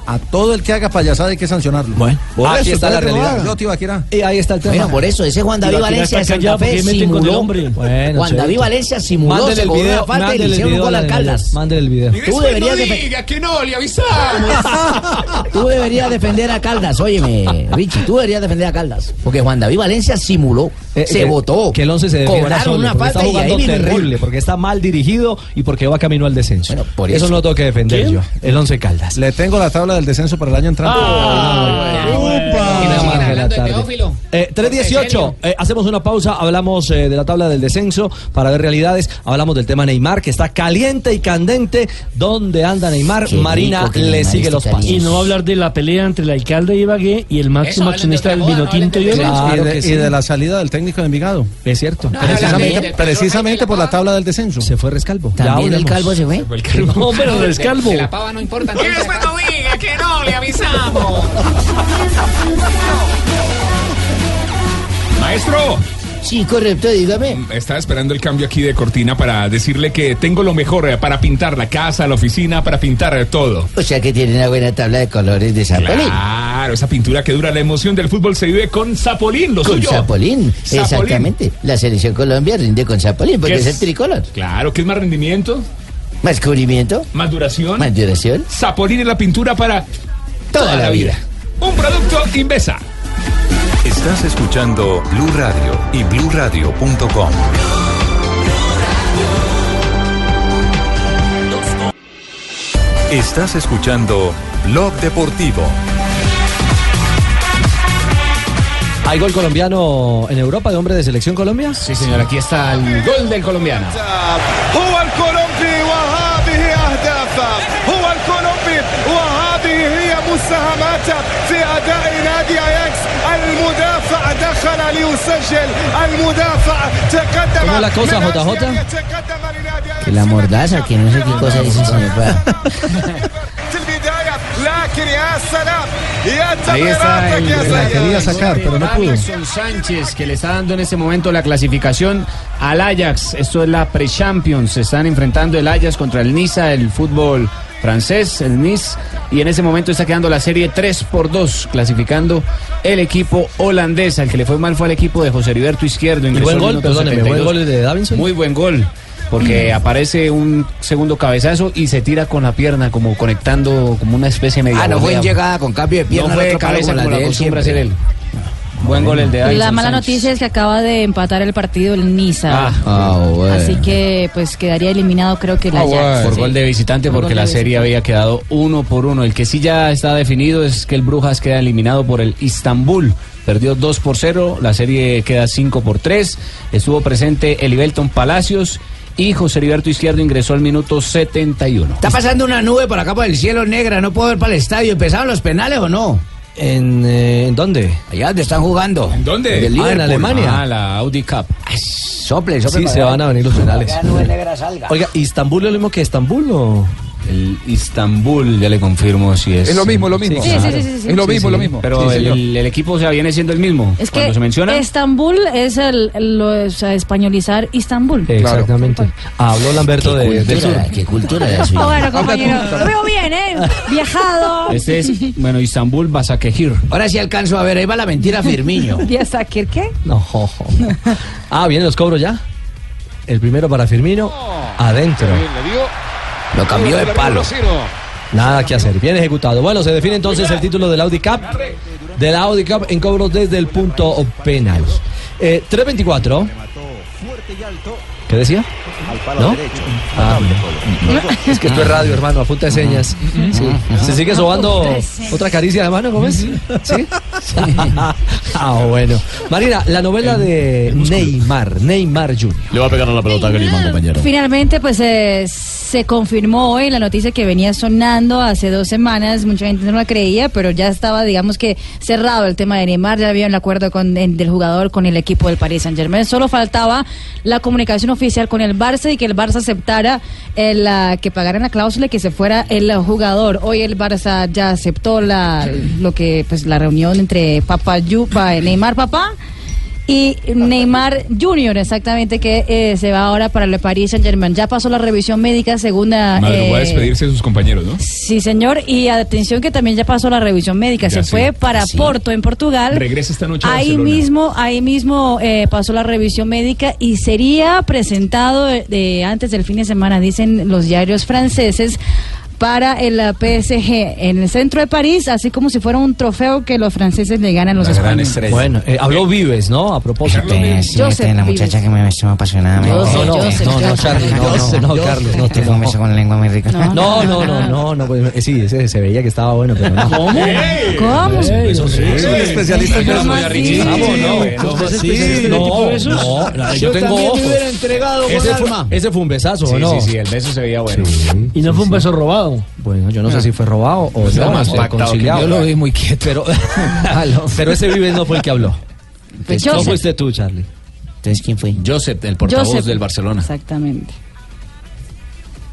A todo el que haga payasada hay que sancionarlo. Bueno,
Aquí
pues,
está la realidad.
Yo,
ah.
Tibaquirá.
Y Eh, ahí está el
tema. Bueno, por eso, ese Juan David
Tibaquirá
Valencia de
está
Santa
callado
Fe
porque meten con el
simuló.
hombre.
Bueno,
Juan
Juan David Valencia simuló,
Mándale
se
el
cobró
video,
una falta y
mándale
le
el
hicieron un
video,
gol al
mándale el video,
Caldas.
mándale el video.
Tú deberías de-
que no, le avisamos.
Tú deberías defender a Caldas, óyeme, Richie, tú deberías defender a Caldas. Porque Juan David Valencia simuló, se
Eh, que-
votó.
Que el 11 se defienda
Cobraron
solo,
una
porque
falta y
está
ahí
jugando
vino un gol.
terrible, porque está mal dirigido y porque va camino al descenso.
por
eso,
eso.
no tengo que defender
¿Quién?
yo. El 11 Caldas. Ah,
Le tengo la tabla del descenso para el año entrante.
Ah,
Una más de la tarde. Eh, 318, eh, hacemos una pausa, hablamos eh, de la tabla del descenso para ver realidades, hablamos del tema Neymar que está caliente y candente, ¿dónde anda Neymar? Marina le sigue los pasos.
Y no va a hablar de la pelea entre el alcalde de Ibagué y el máximo accionista del Vinotinto y
Claro que sí. y de la salida del técnico de Envigado.
Es cierto.
Precisamente, precisamente por la tabla del descenso. Se
fue Rescalvo.
¿También el calvo
se fue?
No, pero Rescalvo.
pava no importa.
Y después no diga que no, le avisamos. Maestro.
Sí, correcto, dígame.
Estaba esperando el cambio aquí de cortina para decirle que tengo lo mejor eh, para pintar la casa, la oficina, para pintar eh, todo.
O sea que tiene una buena tabla de colores de Zapolín.
Claro, esa pintura que dura la emoción del fútbol se vive con Zapolín, lo
Con
suyo.
Zapolín,
Zapolín.
exactamente. La selección Colombia rinde con Zapolín porque
¿Qué
es
es?
el tricolor.
Claro, ¿qué es más rendimiento?
Más cubrimiento.
Más duración.
Más duración.
Zapolín es la pintura para toda, la, vida. Un producto Invesa.
Estás escuchando Blue Radio y BlueRadio.com. Estás escuchando Blog Deportivo.
¿Hay gol colombiano en Europa de hombre de selección Colombia? Sí, señor, aquí está el gol del colombiano.
هو الكولومبي وهذه أهدافه هو الكولومبي وهذه هي مساهماته في أداء نادي أياكس المدافع دخل ليسجل المدافع تقدم
¿Cómo la cosa,
من
JJ?
أجل أن يتقدم لنادي
Que la mordaza, que no sé qué cosa dice el señor Pava.
البداية لكن يا سلام يا
Ahí está
تمريراتك
el,
يا
el-
سيد
el gol de Davinson Sánchez que le está dando en este momento la clasificación al Ajax. Esto es la pre-Champions. Se están enfrentando el Ajax contra el Niza, el fútbol francés, el Nice. Y en ese momento está quedando la serie 3 por 2, clasificando el equipo holandés. Al que le fue mal fue al equipo de José Heriberto Izquierdo. ingresó
buen
al
gol,
minuto
perdóneme, buen
72.
gol de Davinson. Mm.
Muy buen gol. Porque aparece un segundo cabezazo y se tira con la pierna, como conectando como una especie de media
Ah, no fue en
volea.
llegada con cambio de pierna.
No
el
fue de
otro palo
cabeza
la
como
de
la
él
acostumbra
siempre.
hacer él. Buen gol el de David.
La mala noticia es que acaba de empatar el partido el Niza.
Ah, bueno.
Así que pues quedaría eliminado creo que el
Ah,
Ajax.
bueno. Por gol de visitante,
Por
porque
gol de
la serie había quedado uno por uno. El que sí ya está definido es que el Brujas queda eliminado por el Istanbul. Perdió 2 por 0, la serie queda 5 por 3. Estuvo presente el Ibelton Palacios y José Heriberto Izquierdo ingresó al minuto 71.
Está pasando una nube por acá por el cielo negra, no puedo ver para el estadio. ¿Empezaron los penales o no?
¿En, eh, ¿en dónde?
Allá donde están jugando. ¿En
dónde? Ah, en Alemania.
Ah, la Audi Cup.
Sople,
sople Sí, para se allá. van a venir los penales.
La nube negra salga.
Oiga, ¿Istambul es lo mismo que Estambul o...?
El Istanbul, ya le confirmo si es.
Es lo mismo, lo mismo.
Sí, sí, sí, sí, sí. Es lo mismo, lo mismo.
Pero
Sí,
el,
señor.
el equipo o sea, viene siendo el mismo.
Es que
Cuando se menciona.
Estambul es el, el- lo- o sea, españolizar Istambul.
Exactamente. Habló Lamberto de, del sur.
¿Qué cultura de
Ah, bueno, compañero, lo veo bien, ¿eh? Viajado.
Este es, bueno, Istanbul, Basakehir.
Ahora sí alcanzo a ver, ahí va la mentira Firmiño.
¿Y hasta aquí el qué?
No. Ah, vienen los cobros ya. El primero para Firmino, adentro.
Lo cambió de palo.
Nada que hacer, bien ejecutado. Bueno, se define entonces el título del Audi Cup. De la Audi Cup en cobros desde el punto penal. Eh, 3.24. ¿Qué decía? ¿No? Ah, es que esto es radio, hermano, a punta de señas. Sí. ¿Se sigue sobando otra caricia de mano, Gómez? ¿Sí? ah, bueno. Marina, la novela de Neymar, Neymar Jr.
Le va a pegar a la pelota a Grimán, compañero.
Finalmente, pues eh, se confirmó hoy la noticia que venía sonando hace dos semanas. Mucha gente no la creía, pero ya estaba, digamos que cerrado el tema de Neymar. Ya había un acuerdo con, en- del jugador con el equipo del Paris Saint Germain. Solo faltaba la comunicación oficial con el Barça y que el Barça aceptara el, ah, que pagaran la cláusula y que se fuera el ah, jugador. Hoy el Barça ya aceptó la, lo que, pues, la reunión entre Papá Yupa, Neymar Papá. Y Neymar Jr., exactamente, que eh, se va ahora para el Paris Saint-Germain. Ya pasó la revisión médica, segunda.
Madrugó a
eh,
despedirse de sus compañeros, ¿no?
Sí, señor. Y atención que también ya pasó la revisión médica.
Ya,
se
sí.
fue para
Sí.
Porto, en Portugal.
Regresa esta noche a
Ahí
Barcelona.
mismo, ahí mismo eh, pasó la revisión médica y sería presentado eh, de- antes del fin de semana, dicen los diarios franceses, para el eh, PSG en el centro de París, así como si fuera un trofeo que los franceses le ganan a los españoles.
Bueno, eh, habló Vives, ¿no? A propósito.
Joseph
la muchacha que me besó apasionadamente.
Ah, No, no, no, no, no, Charlie, no, no, no, Carlos, no,
Te
no.
fue un beso con lengua muy rica.
No, no, no, no, no, pues, eh, sí, ese se veía que estaba bueno, pero no.
¿Cómo?
¿Cómo?
Es un especialista en
¿Cómo
eso.
así?
Vamos, no, no,
¿Cómo
sí,
así? ¿Este tipo de
no,
besos?
no, no,
Yo
yo tengo
también
ojos.
me hubiera entregado con
ese, fue,
alma.
ese fue un besazo, ¿o
Sí,
¿no?
sí, sí, el beso se veía bueno.
Y no fue un beso robado.
Bueno, yo no sé si fue robado o
Está
no,
más
o
pactado que
conciliado.
yo lo
vi muy quieto. Pero, pero ese Vives no fue el que habló.
Pues
no
Joseph.
fuiste tú, Charlie.
Entonces, ¿quién fue?
Joseph, el
portavoz Joseph. del
Barcelona.
Exactamente.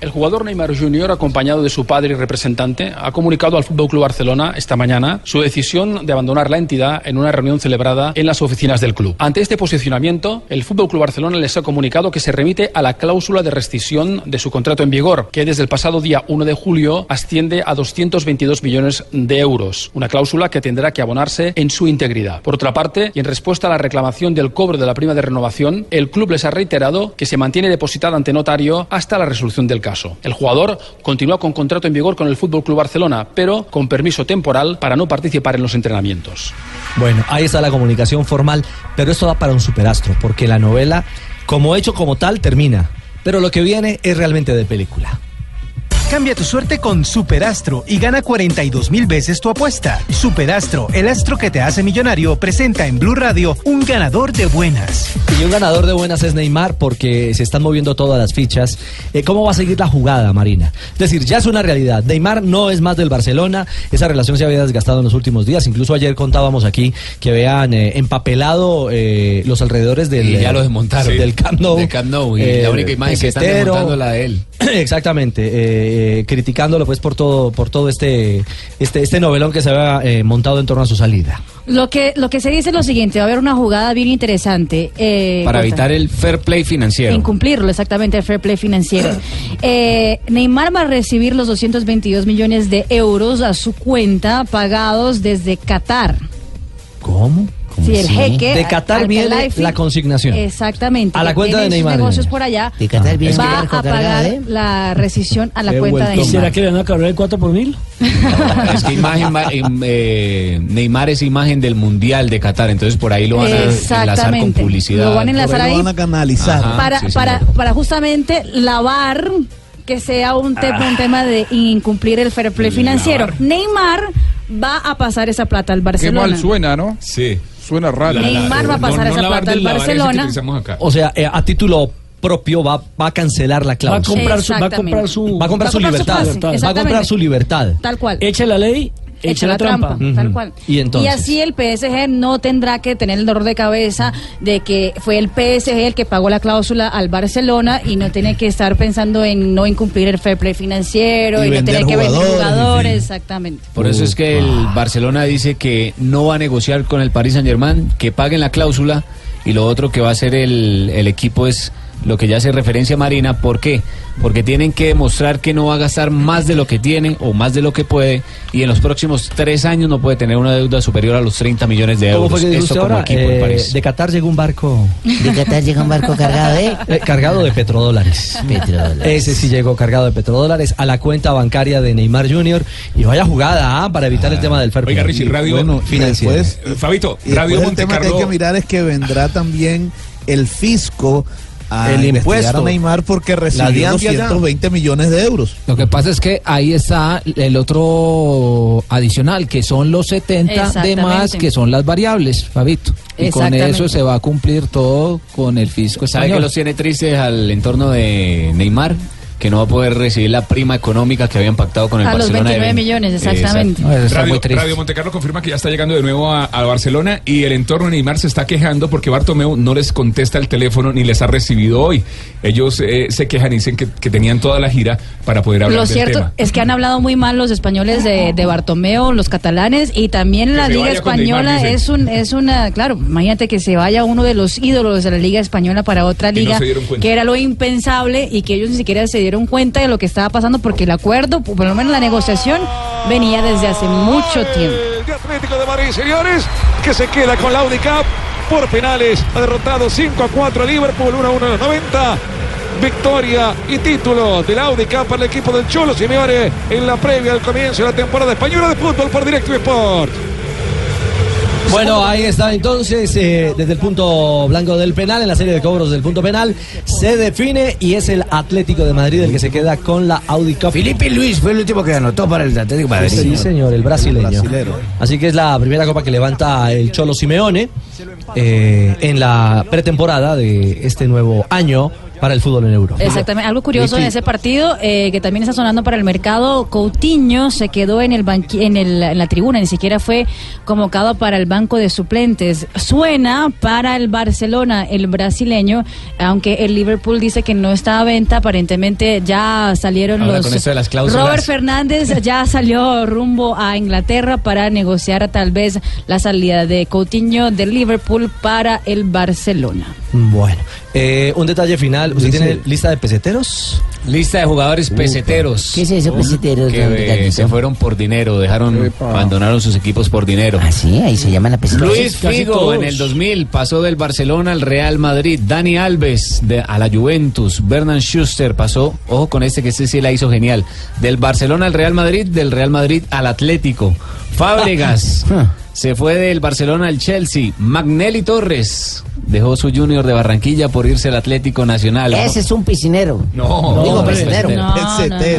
El jugador Neymar Jr., acompañado de su padre y representante, ha comunicado al Fútbol Club Barcelona esta mañana su decisión de abandonar la entidad en una reunión celebrada en las oficinas del club. Ante este posicionamiento, el Fútbol Club Barcelona les ha comunicado que se remite a la cláusula de rescisión de su contrato en vigor, que desde el pasado día 1 de julio asciende a 222 millones de euros, una cláusula que tendrá que abonarse en su integridad. Por otra parte, y en respuesta a la reclamación del cobro de la prima de renovación, el club les ha reiterado que se mantiene depositada ante notario hasta la resolución del caso. El jugador continúa con contrato en vigor con el Fútbol Club Barcelona, pero con permiso temporal para no participar en los entrenamientos.
Bueno, ahí está la comunicación formal, pero esto da para un superastro, porque la novela, como hecho como tal, termina. Pero lo que viene es realmente de película.
Cambia tu suerte con Superastro y gana 42 mil veces tu apuesta. Superastro, el astro que te hace millonario, presenta en Blue Radio un ganador de buenas.
Y un ganador de buenas es Neymar porque se están moviendo todas las fichas. Eh, ¿Cómo va a seguir la jugada, Marina? Es decir, ya es una realidad. Neymar no es más del Barcelona. Esa relación se había desgastado en los últimos días. Incluso ayer contábamos aquí que vean empapelado eh, los alrededores del.
Y ya lo desmontaron.
Del Camp Nou. Eh,
Del Camp Nou, y la única imagen que están
Piquetero.
desmontando es la de él.
Exactamente, eh, eh, criticándolo pues por todo, por todo este, este, este novelón que se había eh, montado en torno a su salida.
Lo que, lo que se dice es lo siguiente, va a haber una jugada bien interesante. eh,
Para
Jota.
evitar el fair play financiero.
Incumplirlo, exactamente, el fair play financiero. Eh, Neymar va a recibir los 222 millones de euros a su cuenta pagados desde Qatar.
¿Cómo?
Sí, el jeque.
De Qatar viene
Al-Khelaifi,
la consignación.
Exactamente.
A la
que
cuenta de
tiene sus
Neymar.
negocios por allá. Ah,
De Qatar viene
va
Neymar
a
con cargada
pagar la rescisión a la cuenta de
¿Y será
Neymar.
que le van a cobrar el 4 por mil?
Es que imagen, ma- em, eh, Neymar es imagen del Mundial de Qatar, entonces por ahí lo van a enlazar con
Exactamente.
publicidad.
Lo van a enlazar
Por
ahí.
lo van a canalizar. Ajá,
para,
sí,
para, para justamente lavar que sea un, te-
Ah.
un tema de incumplir el fair play financiero. Neymar va a pasar esa plata al
Qué
Barcelona.
mal suena, ¿no?
Sí.
Suena raro.
Neymar va a pasar esa plata al Barcelona.
O sea, eh, a título propio va, va a cancelar la
Va a
cláusula.
comprar su, va a comprar su,
Va a comprar su libertad. Va a
pase,
comprar su
exactamente.
libertad.
Tal cual.
Echa la ley,
Echa
echa
la
la trampa.
trampa, tal cual.
Y entonces.
Y así el PSG no tendrá que tener el dolor de cabeza de que fue el PSG el que pagó la cláusula al Barcelona y no tiene que estar pensando en no incumplir el fair play financiero
Y
y, no
vender
tener que vender
jugadores,
jugadores,
en fin.
exactamente.
Por eso es que el Barcelona dice que no va a negociar con el Paris Saint Germain, que paguen la cláusula y lo otro que va a hacer el, el equipo es lo que ya hace referencia Marina. ¿Por qué? Porque tienen que demostrar que no va a gastar más de lo que tiene o más de lo que puede y en los próximos tres años no puede tener una deuda superior a los 30 millones de
¿Cómo
euros.
fue que dijo
Esto
usted
como
ahora?
equipo el
Eh,
París.
de Qatar llegó un barco.
De Qatar llega un barco cargado de.
Eh, cargado de petrodólares.
Petrodólares.
Ese sí llegó cargado de petrodólares a la cuenta bancaria de Neymar Jr. Y vaya jugada ah, para evitar el tema del fair play.
Oiga, Richie, radio
Bueno, financiero.
Eh, Fabito,
y
Radio
después el
Monte
tema que hay que
Carlo.
mirar es que vendrá también el fisco a
El
investigar
impuesto.
a Neymar porque recibió
DIAN de allá.
220 millones de euros.
Lo que pasa es que ahí está el otro adicional, que son los 70 de más,
Exactamente.
que son las variables, Fabito. Y con
Exactamente.
eso se va a cumplir todo con el fisco
¿Sabe que
español.
los tiene tristes al entorno de Neymar? Que no va a poder recibir la prima económica que habían pactado con el
A los
Barcelona. de
29
20.
millones, exactamente.
Exacto.
Radio, Radio Montecarlo confirma que ya está llegando de nuevo a, a Barcelona y el entorno de Neymar se está quejando porque Bartomeu no les contesta el teléfono ni les ha recibido hoy. Ellos eh, se quejan y dicen que, que tenían toda la gira para poder hablar
Lo
del
cierto
tema.
es que han hablado muy mal los españoles de, de Bartomeo, los catalanes y también la
se
Liga
vaya con Neymar,
Española
dice.
es un es una, claro, imagínate que se vaya uno de los ídolos de la Liga Española para otra
Y no
liga
se dieron cuenta.
que era lo impensable y que ellos ni siquiera se dieron cuenta de lo que estaba pasando porque el acuerdo, por lo menos la negociación venía desde hace mucho tiempo.
El de Atlético de Madrid, señores, que se queda con la Audi Cup por penales. Ha derrotado 5 a 4 a Liverpool, 1 a 1 en los 90. Victoria y título del Audi Cup para el equipo del Cholo Simeone en la previa al comienzo de la temporada española de fútbol por Directo Sport.
Bueno, ahí está entonces, eh, desde el punto blanco del penal, en la serie de cobros del punto penal, se define y es el Atlético de Madrid el que se queda con la Audi Cup.
Felipe Luis fue el último que anotó para el Atlético de Madrid.
Sí, señor, el brasileño. Así que es la primera copa que levanta el Cholo Simeone eh, en la pretemporada de este nuevo año para el fútbol en Europa.
Exactamente. Algo curioso de
Ricky.
ese partido eh, que también está sonando para el mercado. Coutinho se quedó en el banqui- en, el- en la tribuna, ni siquiera fue convocado para el banco de suplentes. Suena para el Barcelona, el brasileño, aunque el Liverpool dice que no está a venta. Aparentemente ya salieron
Ahora
los.
con esto de las cláusulas.
Robert Fernández ya salió rumbo a Inglaterra para negociar tal vez la salida de Coutinho del Liverpool para el Barcelona.
Bueno, eh, un detalle final. ¿Usted
Dice-
tiene lista de peseteros?
Lista de jugadores peseteros.
¿Qué es eso, peseteros,
Que
don
eh,
Gatito?
se fueron por dinero, dejaron, abandonaron sus equipos por dinero. Ah, sí, ahí se llaman la
peseteros.
Luis
Casi
Figo
todos.
en el 2000 pasó del Barcelona al Real Madrid. Dani Alves de- a la Juventus. Bernan Schuster pasó, ojo con este que este sí la hizo genial. Del Barcelona al Real Madrid, del Real Madrid al Atlético. Fábregas. Se fue del Barcelona al Chelsea. Magnelli Torres dejó su junior de Barranquilla por irse al Atlético Nacional.
Ese es un piscinero.
No,
Digo,
hombre,
piscinero.
no,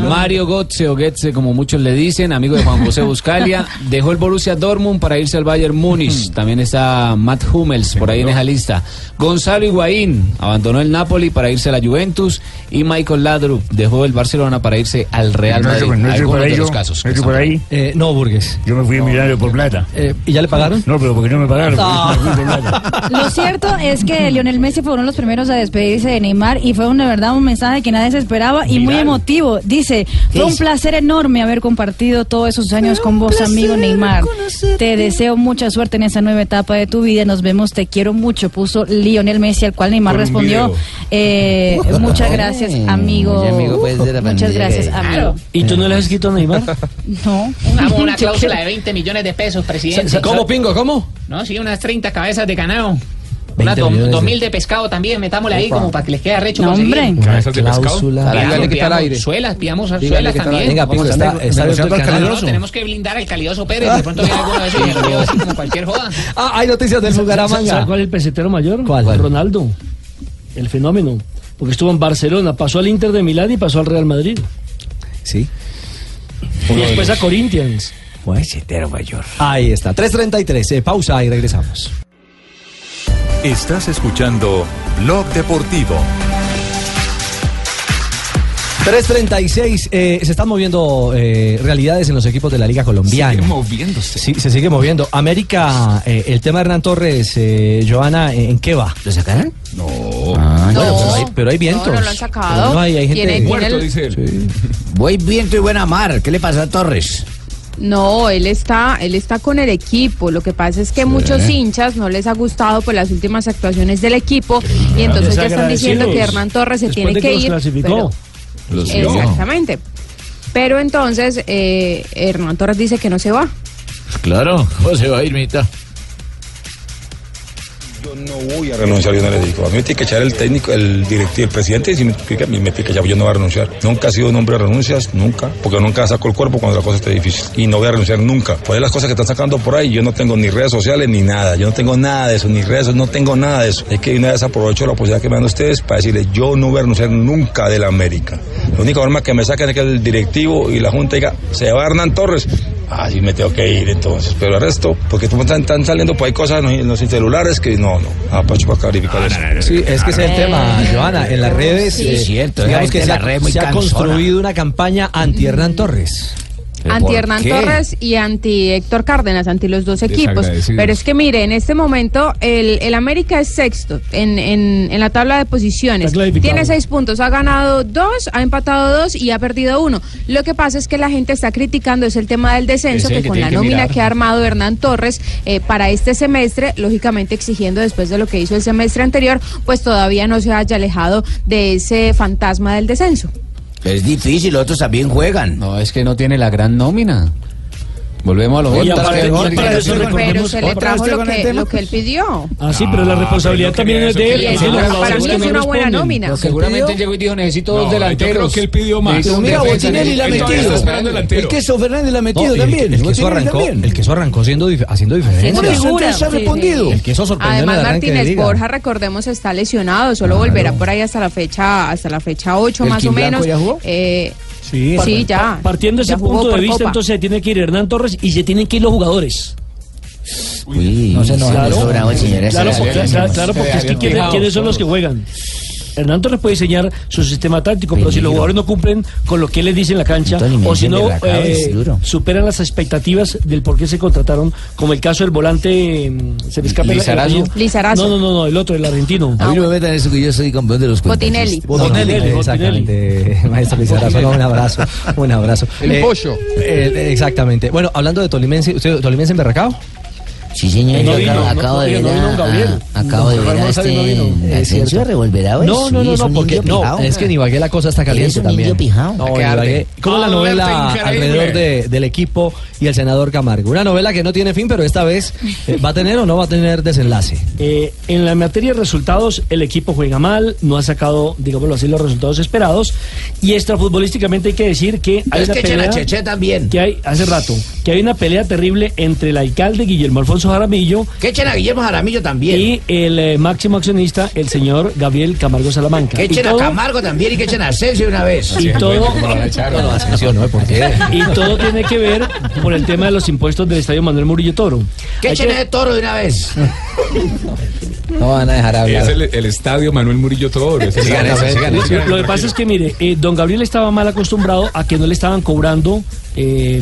Mario Götze o Goetze, como muchos le dicen, amigo de Juan José Buscalia, dejó el Borussia Dortmund para irse al Bayern Múnich. También está Matt Hummels por ahí en esa lista. Gonzalo Higuaín abandonó el Napoli para irse a la Juventus y Michael Laudrup dejó el Barcelona para irse al Real
No,
Madrid.
yo, no, yo
Algunos
por
de
ahí,
los
yo,
casos.
no,
que
yo
están
por ahí.
Eh, no, Burgues. Eh,
Yo me fui a Milagro por plata.
¿Y ya le pagaron? Ah.
No, pero porque no me pagaron.
No.
porque yo me fui por plata.
Lo cierto cierto es que Lionel Messi fue uno de los primeros a despedirse de Neymar y fue una verdad un mensaje que nadie se esperaba y muy emotivo. Dice, fue un placer enorme haber compartido todos esos años con vos, amigo Neymar. Te deseo mucha suerte en esa nueva etapa de tu vida. Nos vemos, te quiero mucho, puso Lionel Messi, al cual Neymar
Con un
respondió,
video.
eh, muchas gracias, amigo.
Oye, amigo, pues, de la
muchas
bandera
gracias,
que-
amigo.
¿Y tú no le has escrito a Neymar?
No.
Una, una cláusula de 20 millones de pesos, presidente.
¿Cómo, Pingo? ¿Cómo?
No, sí, unas 30 cabezas de ganado. Unas
20
dos,
millones
dos
de-
mil de pescado también, metámosle ahí
Opa.
como para que les quede arrecho.
No,
conseguir.
hombre.
Una
Cabezas de pescado.
cláusula.
Dale,
Pidamos-
dale que está al
pidamos
aire.
Suelas, pidamos
Dígale
suelas
que está al
también.
aire. Venga, Pingo,
Vamos a
está-
estar
está
negociando
abierto el
al canal.
calabozo.
No, tenemos que blindar al calidoso Pérez. De pronto viene alguno de esos y nos lleva así como cualquier joda.
Ah, hay noticias del Bucaramanga.
¿Sabe cuál es el pesetero mayor? ¿Cuál? Ronaldo. El fenómeno. Porque estuvo en Barcelona, pasó al Inter de Milán y pasó al Real Madrid.
Sí.
Y después a Corinthians.
Pesetero mayor. Ahí está. 3.33. eh, pausa y regresamos.
Estás escuchando Blog Deportivo.
3.36. eh, se están moviendo eh, realidades en los equipos de la Liga Colombiana.
Sigue moviéndose.
Sí, se sigue moviendo. América, eh, el tema de Hernán Torres, eh, Joana, eh, ¿en qué va? ¿Lo sacarán? No.
Ah,
Bueno,
No.
pero, hay, pero hay vientos.
No, no lo han sacado.
Pero No, hay, hay gente.
Tiene- tiene Muerto, el- dice
Voy viento y buena mar. ¿Qué le pasa a Torres?
No, él está, él está con el equipo. Lo que pasa es que muchos hinchas no les ha gustado por las últimas actuaciones del equipo y entonces ya están diciendo que Hernán Torres se
Ah, Después
tiene
de
que
los
ir.
clasificó.
pero-
Los vio.
exactamente. Pero entonces eh, Hernán Torres dice que no se va.
Claro, ¿cómo se va a ir, mitad?
voy a renunciar, yo no le digo. A mí me tiene que echar el técnico, el directivo, el presidente, y si me explica, me tiene que echar, yo no voy a renunciar. Nunca he sido un hombre de renuncias, nunca, porque nunca saco el cuerpo cuando la cosa está difícil. Y no voy a renunciar nunca. Por ahí las cosas que están sacando por ahí, yo no tengo ni redes sociales ni nada. Yo no tengo nada de eso, ni redes, no tengo nada de eso. Es que de una vez aprovecho la oportunidad que me dan ustedes para decirles, yo no voy a renunciar nunca de la América. La única forma que me sacan es que el directivo y la Junta diga, se va Hernán Torres. Ah, sí, me tengo que ir entonces. Pero el resto, porque como están, están saliendo, pues hay cosas en los, en los celulares que no, no. Ah, Pacho, para clarificar eso.
Sí, es que ese es el tema, Joana. En las redes,
Sí,
eh,
es cierto, la
digamos
gente
que
de
se
la
ha,
red muy
se ha
cansona.
construido una campaña anti Hernán Torres.
Anti Hernán Torres y anti Héctor Cárdenas, anti los dos equipos.
Desagradecidos.
Pero es que mire, en este momento el, el América es sexto en, en- en la tabla de posiciones.
Está clasificado.
Tiene seis puntos, ha ganado dos, ha empatado dos y ha perdido uno. Lo que pasa es que la gente está criticando es el tema del descenso,
Es el
que,
que
con
tiene
la
que
nómina
mirar.
que ha armado Hernán Torres eh, para este semestre, lógicamente exigiendo después de lo que hizo el semestre anterior, pues todavía no se haya alejado de ese fantasma del descenso.
Es difícil, otros también juegan.
No, es que no tiene la gran nómina. Volvemos a lo
Oye,
mismo.
aparte-
Otra vez,
y aparte
otra
de
vez.
eso,
Otra vez.
Pero se le trajo lo que, lo que él pidió.
Ah, sí, pero la responsabilidad también es de él.
Y
Ah,
porque
es-
son los
para
jugadores
mí
que
es
no
una buena
responden.
nómina.
Lo que
Seguramente
pidió-
llegó y dijo, necesito
No,
dos
yo
delanteros.
creo que él pidió más.
Necesito un
Mira,
defensa,
Botinelli la
necesito-
metió.
Pues Está esperando
delantero.
delantero.
El queso
Fernández la
No, y el- El que eso arrancó, el que eso arrancó siendo dif- haciendo diferencia.
Haciendo figura,
Entonces,
sí, sí, sí.
El que eso sorprendió en
Además,
el arranque de
Martínez
liga.
Borja, recordemos, está lesionado, solo volverá por ahí hasta la fecha hasta la fecha 8
¿El
más o
Quiblanco
menos.
ya jugó?
Eh,
Sí,
Sí,
pa-
ya.
pa- Partiendo de
Ya
ese
jugó
punto de
por
vista,
Copa.
entonces se tiene que ir Hernán Torres y se tienen que ir los jugadores.
no se enoje,
claro,
no es bravo el señor ese,
claro,
la
porque,
verdad,
claro,
no.
claro, porque es que
Habían
¿quiénes,
fijado,
quiénes son los que juegan? Hernán Torres puede diseñar su sistema táctico, pero si los jugadores no cumplen con lo que él les dice en la cancha, o si
Miguel
no
de la Cabra
eh,
es duro.
superan las expectativas del por qué se contrataron, como el caso del volante, mm, se me escapa el-
Lizarazo.
el apellido.
Lizarazo.
No, no, no, no, el otro, el argentino.
Ah, A mí no
me metan eso que yo soy campeón de los
Botinelli.
Botinelli, Exactamente, maestro Lizarazo, no, un abrazo, un abrazo.
El
pollo. exactamente. Bueno, hablando de Tolimense, ¿usted Tolimense en Berracao?
Sí, señor, yo acabo, acabo de ver a, a- acabo de ver a este Asensio revolverado. es
No, no,
un-
no,
es
no,
un
porque
indio
no,
pijao.
es que en Ibagué la cosa está
Eres
caliente
un
también.
indio pijao.
No,
Hay que
en
darle.
Ibagué. ¿Cómo
Ah,
la novela
Alerta increíble.
alrededor de- del equipo y el senador Camargo? Una novela que no tiene fin, pero esta vez eh, va a tener o no va a tener desenlace.
Eh, en la materia de resultados, el equipo juega mal, no ha sacado, digámoslo así, los resultados esperados. Y extrafutbolísticamente hay que decir que hay
Es
una
que echen a
pelea.
Cheche también.
Que hay, hace rato, que hay una pelea terrible entre el alcalde Guillermo Alfonso Jaramillo.
Que echen a Guillermo Jaramillo también.
Y el eh, máximo accionista, el señor Gabriel Camargo Salamanca.
Que
Y
echen a
todo-
Camargo también y que echen a Asensio una vez.
Y todo,
No, Asensio no, ¿por qué?
y todo tiene que ver por el tema de los impuestos del Estadio Manuel Murillo Toro.
Que
Hay
echen a ese toro de una vez.
No van a dejar
Es el, el estadio Manuel Murillo Toro. es el-
Sigan eso,
Tranquilo,
Lo que- Lo que pasa es que, mire, eh, don Gabriel estaba mal em, acostumbrado a que no le estaban cobrando eh,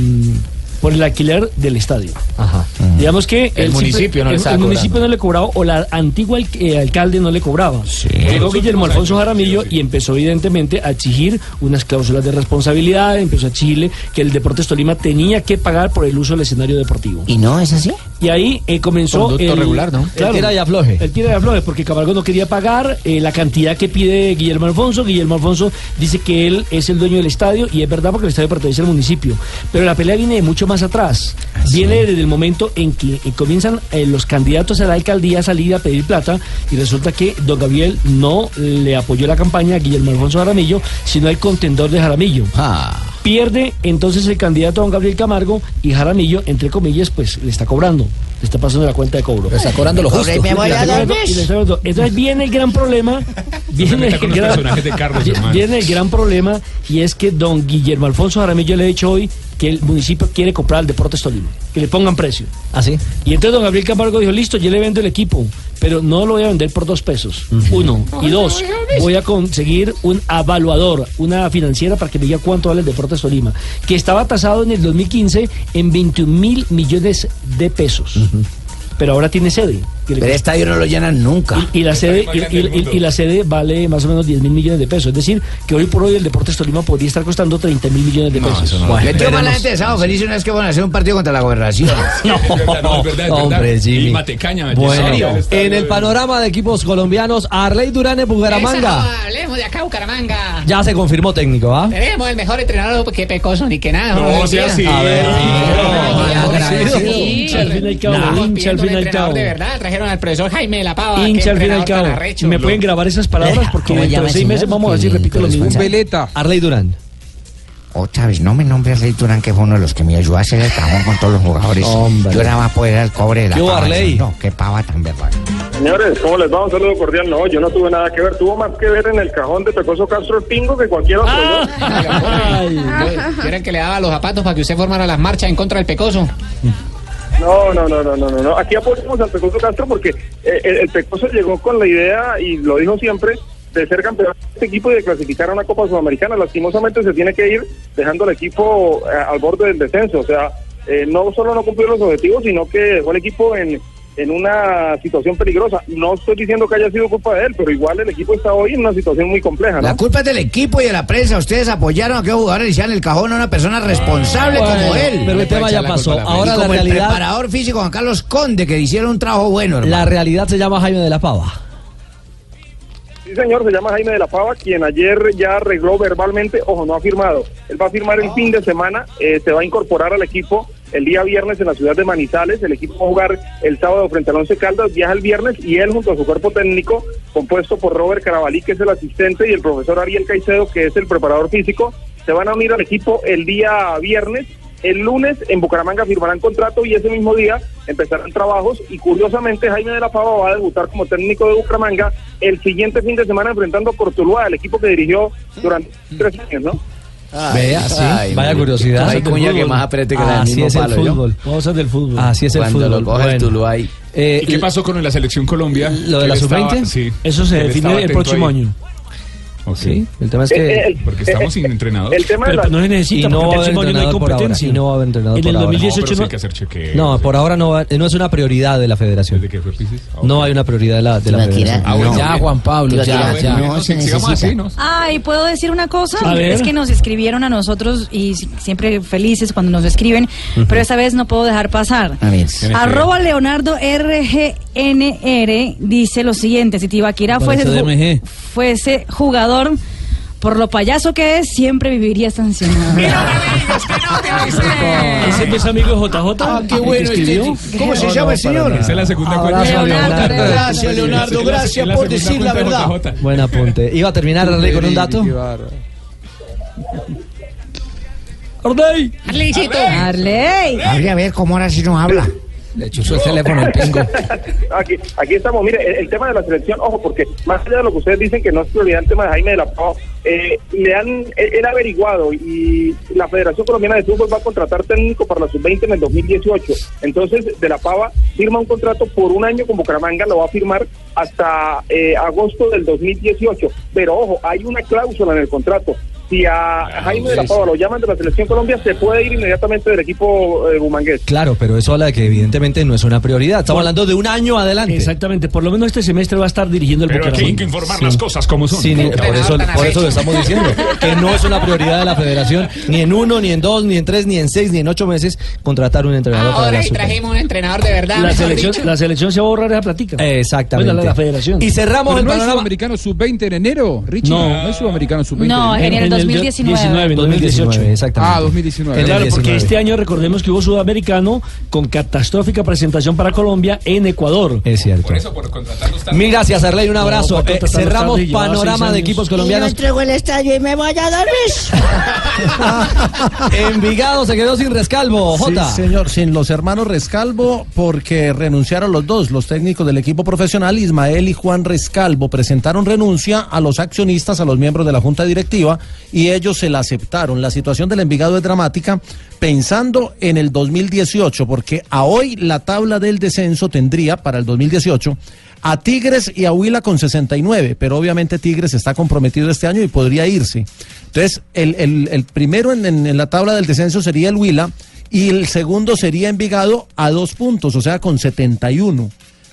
por el alquiler del estadio.
Ajá.
Digamos que
El
él simple-
municipio no le
el,
estaba
el
cobrando.
municipio no le cobraba o la antigua al- eh, alcalde no le cobraba. Llegó Guillermo Alfonso Jaramillo y empezó evidentemente a exigir unas cláusulas de responsabilidad, empezó a exigirle que el Deportes Tolima tenía que pagar por el uso del escenario deportivo.
¿Y no es así?
Y ahí eh, comenzó
Conducto
el,
regular, ¿no?
Claro,
El tira y afloje.
El tira y afloje, porque Camargo no quería pagar eh, la cantidad que pide Guillermo Alfonso. Guillermo Alfonso dice que él es el dueño del estadio y es verdad porque el estadio pertenece al municipio. Pero la pelea viene de mucho más atrás. Viene desde el momento en que eh, comienzan eh, los candidatos a la alcaldía a salir a pedir plata y resulta que don Gabriel no le apoyó la campaña a Guillermo Alfonso Jaramillo, sino al contendor de Jaramillo.
Ah.
Pierde entonces el candidato don Gabriel Camargo y Jaramillo, entre comillas, pues le está cobrando. Le está pasando la cuenta de cobro. Le
está cobrando lo justo.
está
Me voy a
cobrando-
dormir.
y le está cobrando. Entonces viene el gran problema. Viene
meta con
el
los
gran,
personajes de Carlos, hermano.
viene el gran problema y es que don Guillermo Alfonso Jaramillo le ha dicho hoy que el municipio quiere comprar al Deportes Tolima, que le pongan precio.
Así.
Y entonces don Gabriel Camargo dijo, listo, yo le vendo el equipo, pero no lo voy a vender por dos pesos. Uno. Y dos, voy a conseguir un evaluador, una financiera para que me diga cuánto vale el Deportes Tolima, que estaba tasado en el 2015 en 21 mil millones de pesos. Pero ahora tiene sede.
Pero el estadio no lo llenan nunca.
Y, y la sede, y, y- y- y la sede vale más o menos 10 mil millones de pesos. Es decir, que hoy por hoy el Deportes Tolima podría estar costando 30 mil millones de pesos.
Bueno, le tengo mala gente de sábado feliz una vez que van a hacer un partido contra la gobernación.
No,
hombre, Jimmy.
Bueno, en el panorama de equipos colombianos, Arley Durán de Bucaramanga.
Esa, Hablemos de acá, Bucaramanga.
Ya se confirmó técnico, ¿ah?
Tenemos el mejor entrenador que Pecoso ni que nada.
No sea así. A ver,
Agradecido.
Sí, hincha al fin y al cabo,
Nah,
hincha al
pidiendo un
fin y al
entrenador
cabo.
De verdad, trajeron al profesor Jaime de la Pava.
Hincha
qué
al fin y al
entrenador tan
cabo.
arrecho.
Me pueden grabar esas palabras porque dentro de seis meses vamos a ver si repito lo mismo.
Veleta.
Arley Durán.
Otra vez, Oh, no me nombre Arley Durán, que fue uno de los que me ayudó a hacer el cajón con todos los jugadores.
Hombre.
Yo era más poder al cobre de la
Yo,
pava.
Arley.
No, qué pava tan verdad.
Señores, ¿cómo les va? Un saludo cordial. No, yo no tuve nada que ver. Tuvo más que ver en el cajón de Pecoso Castro el Pingo que cualquier otro. ¿no?
Yo era el que le daba los zapatos para que usted formara las marchas en contra del Pecoso.
No, no, no, no, no, no, no. Aquí apoyamos al Pecoso Castro porque eh, el, el Pecoso llegó con la idea, y lo dijo siempre, de ser campeón de este equipo y de clasificar a una Copa Sudamericana. Lastimosamente se tiene que ir dejando al equipo eh, al borde del descenso. O sea, eh, no solo no cumplió los objetivos, sino que dejó al equipo en, en una situación peligrosa. No estoy diciendo que haya sido culpa de él, pero igual el equipo está hoy en una situación muy compleja. ¿no?
La culpa es del equipo y de la prensa. Ustedes apoyaron a aquellos jugadores y hicieron el cajón a una persona responsable
Bueno,
como él.
pero el tema ya pasó. Ahora
Y
la
como el
realidad-
preparador físico Juan Carlos Conde, que hicieron un trabajo bueno, hermano.
La realidad se llama Jaime de la Pava.
Sí, señor, se llama Jaime de la Pava, quien ayer ya arregló verbalmente, ojo, no ha firmado. Él va a firmar el fin de semana, eh, se va a incorporar al equipo el día viernes en la ciudad de Manizales. El equipo va a jugar el sábado frente al Once Caldas, viaja el viernes y él junto a su cuerpo técnico, compuesto por Robert Carabalí, que es el asistente, y el profesor Ariel Caicedo, que es el preparador físico, se van a unir al equipo el día viernes el lunes en Bucaramanga firmarán contrato y ese mismo día empezarán trabajos y curiosamente Jaime de la Pava va a debutar como técnico de Bucaramanga el siguiente fin de semana enfrentando a Cortuluá, el equipo que dirigió durante tres años, ¿no?
Vea, sí. Vaya curiosidad. Ah,
Hay cuña que más apriete que la del
Así
mismo
es el
palo, ¿yo?
fútbol. Cosas del fútbol. Así es el
Cuando
fútbol.
lo coge el
Bueno.
Tuluá
Eh,
¿Y qué pasó con la selección Colombia?
¿Lo de la
Él estaba-
sub-20?
Sí.
Eso se
Él estaba
define el
atento
próximo
ahí.
año.
Ok.
Sí, el tema es
Eh,
que.
eh, Porque estamos eh, sin
entrenador.
el tema de Pero la- no se necesita,
Y no
porque el
va a haber
próximo año no hay
entrenador por ahora,
competencia.
y no va a haber entrenador
En
por
el
ahora.
2018
no-
No, por ahora no, va- no es una prioridad de la federación. No hay una prioridad de la, de la
Iba a tirar.
federación.
Ah, bueno, Ya, bien. Juan Pablo, Iba a ya, tirar. ya. No, se
sigamos
necesita.
así, ¿no?
Ay, ¿puedo decir una cosa?
A ver.
Es que nos escribieron a nosotros y si- siempre felices cuando nos escriben,
Ujú.
pero esta vez no puedo dejar pasar.
A ver. ¿Quién escribió?
Arroba Leonardo RGNR dice lo siguiente, si Tibaquira fuese,
Parece DMG.
ju- fuese jugador, por lo payaso que es, siempre viviría sancionado.
¿Ese es amigo de JJ? Ah, qué
bueno, este- ¿cómo se llama el señor?
Esa es la segunda
Ahora
cuenta.
Leonardo,
Leonardo.
gracias, Leonardo,
Es la-
gracias por
es segunda
decir la
cuenta
verdad.
de JJ.
Buen apunte. Iba a terminar Arley con un dato.
Arley.
Arleycito. Arley.
Arley, a ver cómo ahora sí nos habla.
Le chuzó el teléfono al pingo.
aquí, aquí estamos. Mire, el, el tema de la selección, ojo, porque más allá de lo que ustedes dicen que no es prioridad el tema de Jaime de la Pava, eh, le han él, él ha averiguado y la Federación Colombiana de Fútbol va a contratar técnico para la sub-20 en el 2018. Entonces, de la Pava firma un contrato por un año con Bucaramanga, lo va a firmar hasta eh, agosto del 2018. Pero ojo, hay una cláusula en el contrato si a
Ah,
Jaime de la Pava lo llaman de la Selección Colombia, se puede ir inmediatamente del equipo eh, bumangués.
Claro, pero eso habla de que evidentemente no es una prioridad. Estamos hablando de un año adelante.
Exactamente, por lo menos este semestre va a estar dirigiendo el
Pero aquí hay que
Bucaramanga.
informar las cosas como son.
Sí, ni- por eso, por eso lo estamos diciendo, que no es una prioridad de la federación, ni en uno, ni en dos, ni en tres, ni en seis, ni en ocho meses, contratar un entrenador para
Ah, Ahora
la
y
Super.
trajimos un entrenador de verdad.
La
mejor
selección,
dicho.
la selección se va a borrar esa platica.
Exactamente.
Bueno, la, la federación.
Y cerramos
Pero
el
no
panorama.
es sudamericano sub-20 en enero, Richie.
No.
No, es sudamericano sub-20.
No, en el 2019.
19,
2018, exactamente.
Ah, 2019.
Claro, porque este año recordemos que hubo sudamericano con catastrófica presentación para Colombia en Ecuador.
Es cierto.
Mil
gracias, Arley, un abrazo. Eh, cerramos panorama de equipos colombianos.
entrego el estadio y me voy a dormir.
Envigado se quedó sin rescalvo, Jota.
Sí, señor, sin los hermanos Rescalvo, porque renunciaron los dos, los técnicos del equipo profesional, Ismael y Juan Rescalvo, presentaron renuncia a los accionistas, a los miembros de la junta directiva, y ellos se la aceptaron. La situación del Envigado es dramática, pensando en el 2018, porque a hoy la tabla del descenso tendría para el 2018 a Tigres y a Huila con 69, pero obviamente Tigres está comprometido este año y podría irse. Entonces, el, el- el primero en, en- en la tabla del descenso sería el Huila y el segundo sería Envigado a dos puntos, o sea, con 71.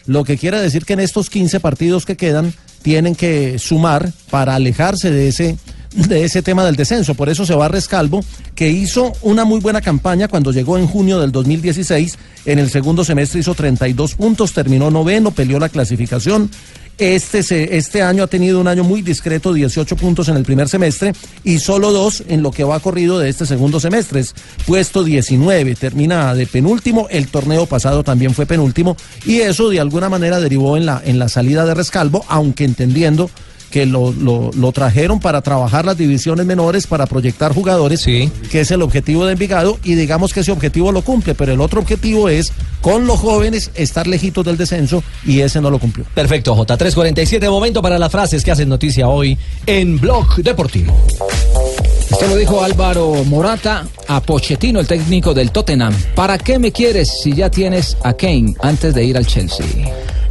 Lo que quiere decir que en estos 15 partidos que quedan tienen que sumar para alejarse de ese de ese tema del descenso. Por eso se va Rescalvo, que hizo una muy buena campaña cuando llegó en junio del 2016. En el segundo semestre hizo 32 puntos, terminó noveno, peleó la clasificación. Este, se- este año ha tenido un año muy discreto, 18 puntos en el primer semestre y solo dos en lo que va corrido de este segundo semestre. Es puesto 19, termina de penúltimo, el torneo pasado también fue penúltimo y eso de alguna manera derivó en la, en la salida de Rescalvo, aunque entendiendo que lo, lo- lo trajeron para trabajar las divisiones menores, para proyectar jugadores, que es el objetivo de Envigado, y digamos que ese objetivo lo cumple, pero el otro objetivo es, con los jóvenes, estar lejitos del descenso, y ese no lo cumplió.
Perfecto, Jota. 347, momento para las frases que hacen noticia hoy en Blog Deportivo.
Esto lo dijo Álvaro Morata a Pochettino, el técnico del Tottenham. ¿Para qué me quieres si ya tienes a Kane antes de ir al Chelsea?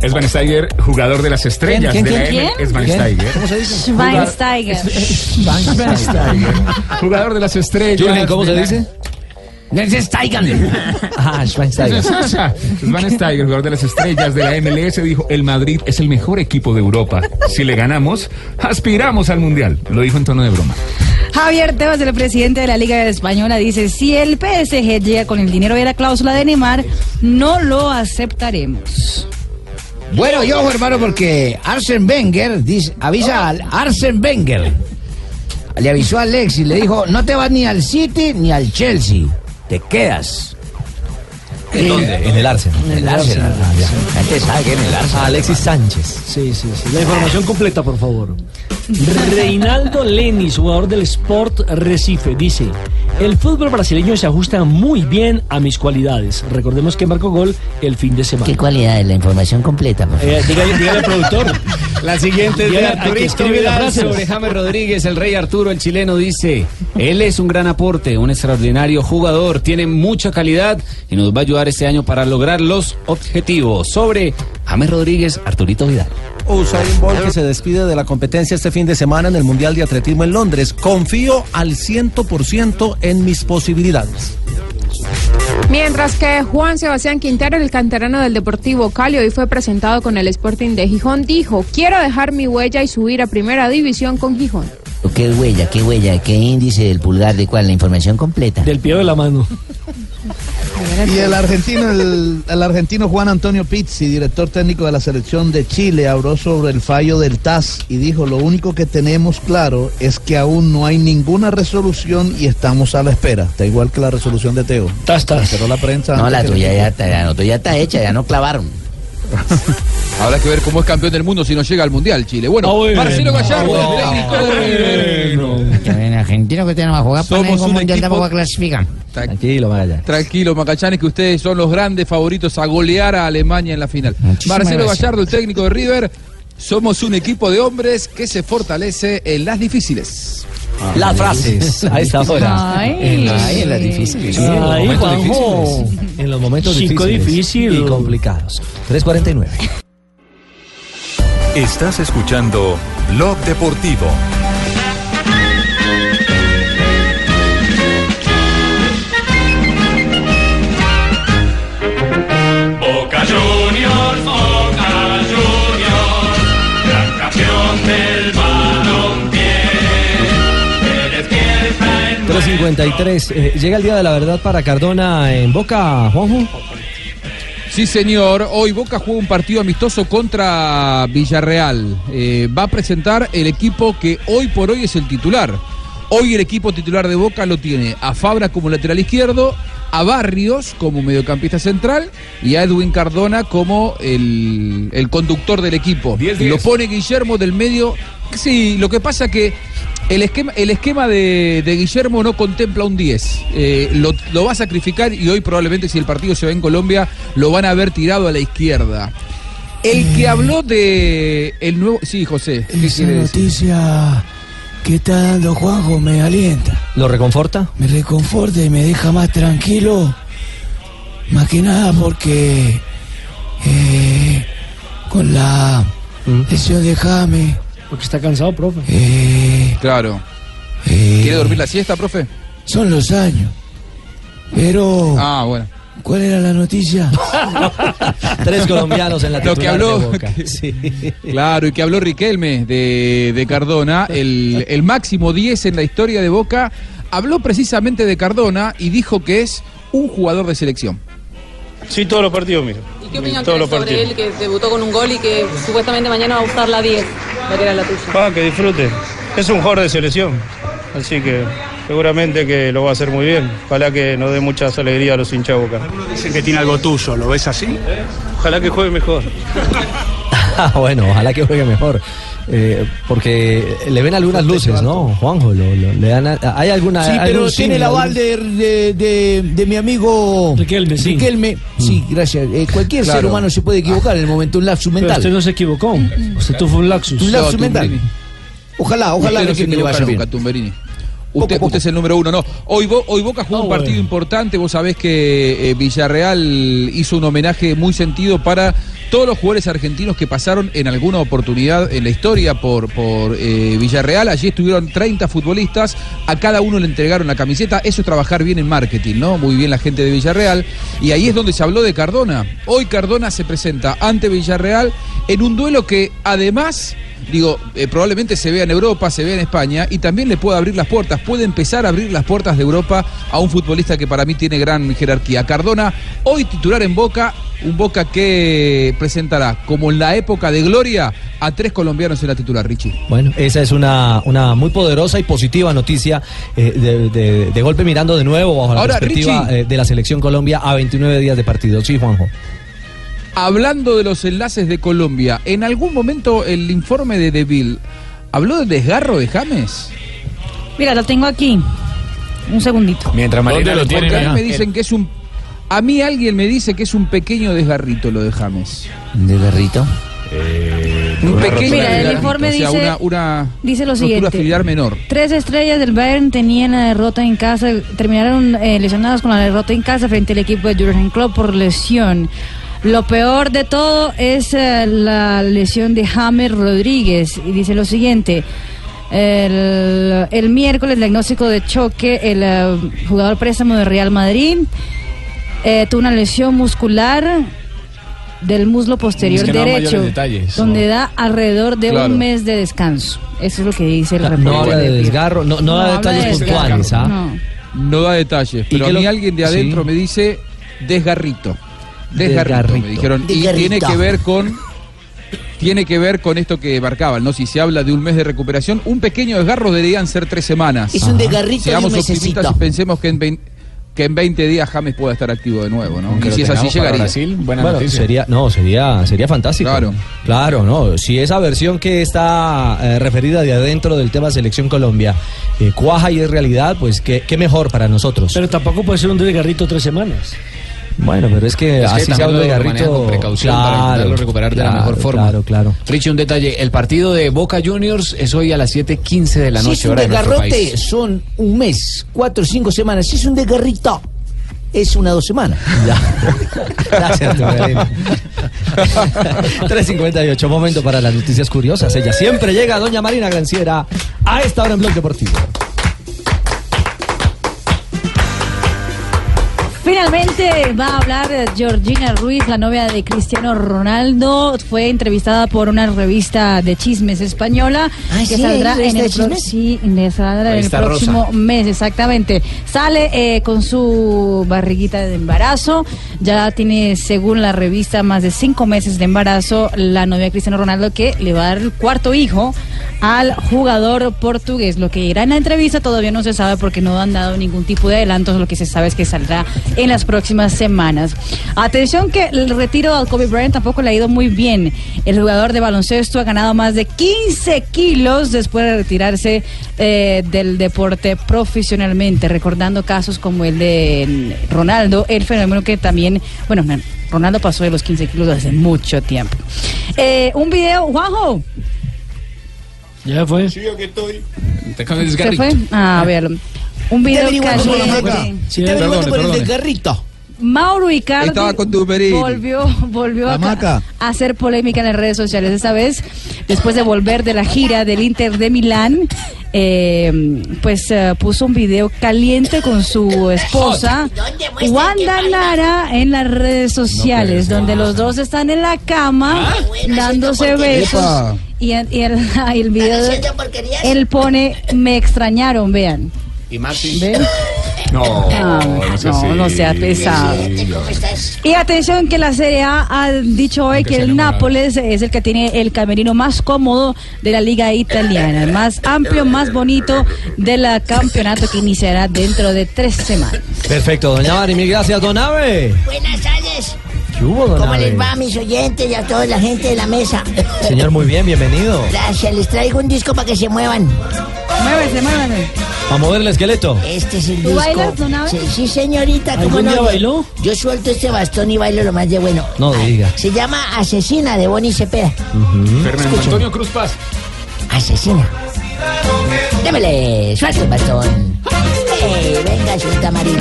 Es Van Steiger, jugador de las estrellas
¿Quién,
de
quién,
la
quién?
M. Es Van
¿Quién?
Steiger.
¿Cómo se dice?
Schweinsteiger.
Schweinsteiger. Jugador de las estrellas.
Julian, ¿cómo se dice?
Ah, Schweinsteiger.
Van Steiger, jugador de las estrellas de la MLS, dijo: El Madrid es el mejor equipo de Europa. Si le ganamos, aspiramos al mundial. Lo dijo en tono de broma.
Javier Tebas, el presidente de la Liga Española, dice, si el PSG llega con el dinero de la cláusula de Neymar, no lo aceptaremos.
Bueno, yo, ojo, hermano, porque Arsen Wenger dice- avisa al Arsen Wenger. Le avisó a Alexis, le dijo, no te vas ni al City ni al Chelsea, te quedas.
¿En dónde? En el Arsenal.
En el Arsenal. ah, ya. La gente sabe que en el Arsenal.
Alexis Sánchez.
Sí, sí, sí. La información completa, por favor. Reinaldo Lenis, jugador del Sport Recife, dice: El fútbol brasileño se ajusta muy bien a mis cualidades. Recordemos que marcó gol el fin de semana.
¿Qué cualidad es la información completa? por favor?
Eh, dígale, dígale al productor.
La siguiente es de
Dígale al que
Arturito
escribe las
Vidal
frases.
sobre James Rodríguez, el rey Arturo, el chileno, dice, él es un gran aporte, un extraordinario jugador, tiene mucha calidad y nos va a ayudar este año para lograr los objetivos. Sobre James Rodríguez, Arturito Vidal.
Usain Bolt que se despide de la competencia este fin de semana en el Mundial de Atletismo en Londres. Confío al 100% en mis posibilidades.
Mientras que Juan Sebastián Quintero, el canterano del Deportivo Cali, hoy fue presentado con el Sporting de Gijón, dijo, quiero dejar mi huella y subir a primera división con Gijón.
Oh, ¿Qué huella, qué huella, qué índice del pulgar de cuál? La información completa.
Del pie o de la mano.
Y el argentino, el, el argentino Juan Antonio Pizzi, director técnico de la selección de Chile, habló sobre el fallo del TAS y dijo, lo único que tenemos claro es que aún no hay ninguna resolución y estamos a la espera. Está igual que la resolución de Teo.
TAS, TAS.
Pero la prensa...
No, la
antes que-
tuya ya está, ya, no, tuya está hecha, ya no clavaron.
Habrá que ver cómo es campeón del mundo si no llega al mundial, Chile.
Ah,
Bueno, Marcelo Gallardo, técnico del
En Argentina que tenemos a jugar para
Somos
ningún
un
mundial
equipo-
tampoco clasifican.
Tranquilo, Magallanes.
Tranquilo, Magallanes, que ustedes son los grandes favoritos a golear a Alemania en la final. Marcelo
gracias.
Gallardo, el técnico de River. Somos un equipo de hombres que se fortalece en las difíciles.
Las frases a esta hora.
Ay.
En las- Ay, en las difíciles. Sí, en los
Ay,
momentos
Juanjo.
difíciles. En los momentos
Chico
difíciles
difícil.
y complicados. 349.
Estás escuchando Blog Deportivo.
4.53. Eh, llega el día de la verdad para Cardona en Boca, Juanjo.
Sí, señor. Hoy Boca juega un partido amistoso contra Villarreal. Eh, va a presentar el equipo que hoy por hoy es el titular. Hoy el equipo titular de Boca lo tiene a Fabra como lateral izquierdo, a Barrios como mediocampista central y a Edwin Cardona como el, el conductor del equipo. Lo pone Guillermo del medio. Sí, lo que pasa que el esquema, el esquema de, de Guillermo no contempla un 10. Eh, lo, lo va a sacrificar y hoy probablemente si el partido se va en Colombia lo van a haber tirado a la izquierda. El que habló de el nuevo... Sí, José. ¿qué
Esa
quiere decir?
noticia que está dando Juanjo me alienta,
¿Lo reconforta?
me reconforta y me deja más tranquilo. Más que nada porque eh, con la lesión de eh, Jame.
Porque está cansado, profe.
Claro. ¿Quiere dormir la siesta, profe?
Son los años. Pero.
Ah, bueno.
¿Cuál era la noticia?
Tres colombianos en la
Lo que
titular
habló.
de Boca.
Claro, y que habló Riquelme de, de Cardona, el, el máximo 10 en la historia de Boca, habló precisamente de Cardona y dijo que es un jugador de selección.
Sí, todos los partidos, mira.
¿Qué opinión
Todos
tienes
los
sobre
partidos.
él que debutó con un gol y que supuestamente mañana va a usar la 10, la que era la tuya?
Ah, que disfrute. Es un jugador de selección, así que seguramente que lo va a hacer muy bien. Ojalá que nos dé muchas alegrías a los hinchas de Boca.
Dicen que tiene algo tuyo, ¿lo ves así?
Ojalá que juegue mejor.
Ah, bueno, ojalá que juegue mejor. Eh, porque le ven algunas luces, ¿no? Juanjo, lo- lo- le dan a- Ah, hay alguna.
Sí,
algún
pero tiene
símil,
el aval
algún-
de, de, de- de mi amigo Riquelme. Sí, gracias. Eh, cualquier ser
Claro.
humano se puede equivocar en el momento, un lapsus
Pero
mental.
usted no se equivocó. Usted tuvo un laxus.
Un lapsus mental. Ojalá, ojalá
Usted no se
Riquelme le vaya
equivoca
bien.
nunca, Tumberini. Usted, usted es el número uno, no. Hoy, Bo- hoy Boca
Ah,
jugó un partido importante. Vos sabés que eh, Villarreal hizo un homenaje muy sentido para todos los jugadores argentinos que pasaron en alguna oportunidad en la historia por, por eh, Villarreal. Allí estuvieron 30 futbolistas. A cada uno le entregaron la camiseta. Eso es trabajar bien en marketing, ¿no? Muy bien la gente de Villarreal. Y ahí es donde se habló de Cardona. Hoy Cardona se presenta ante Villarreal en un duelo que además digo, eh, probablemente se vea en Europa, se vea en España y también le puede abrir las puertas, puede empezar a abrir las puertas de Europa a un futbolista que para mí tiene gran jerarquía. Cardona, hoy titular en Boca, un Boca que presentará como en la época de gloria a tres colombianos en la titular, Richie.
Bueno, esa es una, una muy poderosa y positiva noticia eh, de, de- de golpe mirando de nuevo bajo la
Ahora,
perspectiva
Richie.
eh, de la selección Colombia a 29 días de partido. Sí, Juanjo.
Hablando de los enlaces de Colombia, en algún momento el informe de Deville habló del desgarro de James.
Mira, lo tengo aquí. Un segundito. Eh,
Mientras
Marina ¿Dónde lo tiene,
a
mija?
mí me dicen que es un a mí alguien me dice que es un pequeño desgarrito lo de James.
¿Desgarrito?
Un pequeño
Mira, el
desgarrito,
informe
o sea,
dice-
una, una
dice lo
rotura
siguiente.
filiar menor.
Tres estrellas del Bayern tenían la derrota en casa, terminaron eh, lesionados con la derrota en casa frente al equipo de Jurgen Klopp por lesión. Lo peor de todo es eh, la lesión de James Rodríguez y dice lo siguiente. El, el miércoles diagnóstico de choque, el eh, jugador préstamo de Real Madrid eh, tuvo una lesión muscular del muslo posterior
Es que no da
derecho,
mayores detalles.
donde da alrededor de
Claro.
un mes de descanso. Eso es lo que dice el reporte.
No habla de desgarro, no, no
No
da
habla
detalles
de desgarro,
puntuales. ¿ah?
no.
No da detalles, pero a
que
mí
lo-
alguien de adentro
Sí.
me dice desgarrito. Desgarrito, me
Desgarrito.
dijeron.
Desgarrito.
Y tiene que ver con tiene que ver con esto que marcaban, ¿no? Si se habla de un mes de recuperación, un pequeño desgarro deberían ser tres semanas.
Es un
Ajá.
desgarrito de
Seamos
un
optimistas
mesecito.
y pensemos que en 20 que en 20 días James pueda estar activo de nuevo, ¿no?
Que
Y
lo
si es así
tengamos para
llegaría.
Brasil, Bueno, sería, no, sería, sería fantástico. Claro. Claro, no. Si esa versión que está eh, referida de adentro del tema Selección Colombia eh, cuaja y es realidad, pues qué, qué mejor para nosotros.
Pero tampoco puede ser un desgarrito tres semanas.
Bueno, pero es que
Es que
así se
también
habla
lo
de
maneja
Garrito.
con
precaución para intentarlo recuperar de la mejor forma.
Claro, claro.
Richie, un detalle. El partido de Boca Juniors es hoy a las 7.15 de la
si
noche.
es un
hora de nuestro
desgarrote,
país.
son un mes, cuatro o cinco semanas. Si es un desgarrito, es una o dos semanas.
Gracias, Tumberini. 3.58, momento para las noticias curiosas. Ella siempre llega, doña Marina Granciera, a esta hora en Blog Deportivo.
Finalmente va a hablar Georgina Ruiz, la novia de Cristiano Ronaldo. Fue entrevistada por una revista de chismes española
Ah,
que
sí,
saldrá
¿hay
en
revista
el,
de
pro-
chismes?
sí, le saldrá en el
Revista
próximo
Rosa.
mes, exactamente. Sale eh, con su barriguita de embarazo. Ya tiene, según la revista, más de cinco meses de embarazo la novia de Cristiano Ronaldo que le va a dar el cuarto hijo al jugador portugués. Lo que irá en la entrevista todavía no se sabe porque no han dado ningún tipo de adelantos. Lo que se sabe es que saldrá en las próximas semanas. Atención que el retiro al Kobe Bryant tampoco le ha ido muy bien. El jugador de baloncesto ha ganado más de 15 kilos después de retirarse eh, del deporte profesionalmente, recordando casos como el de mm, Ronaldo, el fenómeno que también, bueno, no, Ronaldo pasó de los 15 kilos hace mucho tiempo. Eh, un video, Juanjo.
Ya fue. Sí,
aquí estoy.
Te
¿Se fue? Ah, véalo. Un video
averiguando por la marca.
caliente.
Sí, Está averiguando perdone, por el perdone. desgarrito.
Mauro Icardi
Estaba con tu peril.
volvió, volvió
La
a,
maca.
a hacer polémica en las redes sociales. Esta vez, después de volver de la gira del Inter de Milán, eh, pues eh, puso un video caliente con su esposa, Wanda Nara, en las redes sociales, donde los dos están en la cama dándose besos.
Epa.
Y, en- y el, y el video, de- él pone, me extrañaron, vean.
Y Maxi.
¿Ven?
No,
Ah,
no, sea
no,
así.
no sea pesado. Y atención que la Serie A ha dicho hoy que el Nápoles es el que tiene el camerino más cómodo de la liga italiana, el más amplio, más bonito del campeonato que iniciará dentro de tres semanas.
Perfecto, doña Mari, mil gracias, don Ave.
Buenas tardes.
¿Qué hubo, don
¿Cómo
Abe?
les va a mis oyentes y a toda la gente de la mesa?
Señor, muy bien, bienvenido.
Gracias, les traigo un disco para que se muevan.
Muévese, muévese.
A mover el esqueleto.
Este es el
¿Tú
disco.
bailas, don
sí, sí, señorita, ¿cómo
¿Algún
no?
día
Yo-
bailó?
Yo suelto este bastón y bailo lo más de bueno.
No diga.
Se llama Asesina de Bonnie Cepeda.
Fernando
Escuchen.
Antonio Cruz Paz.
Asesina. Démele, suelta el bastón. Eh, venga, suelta Marina.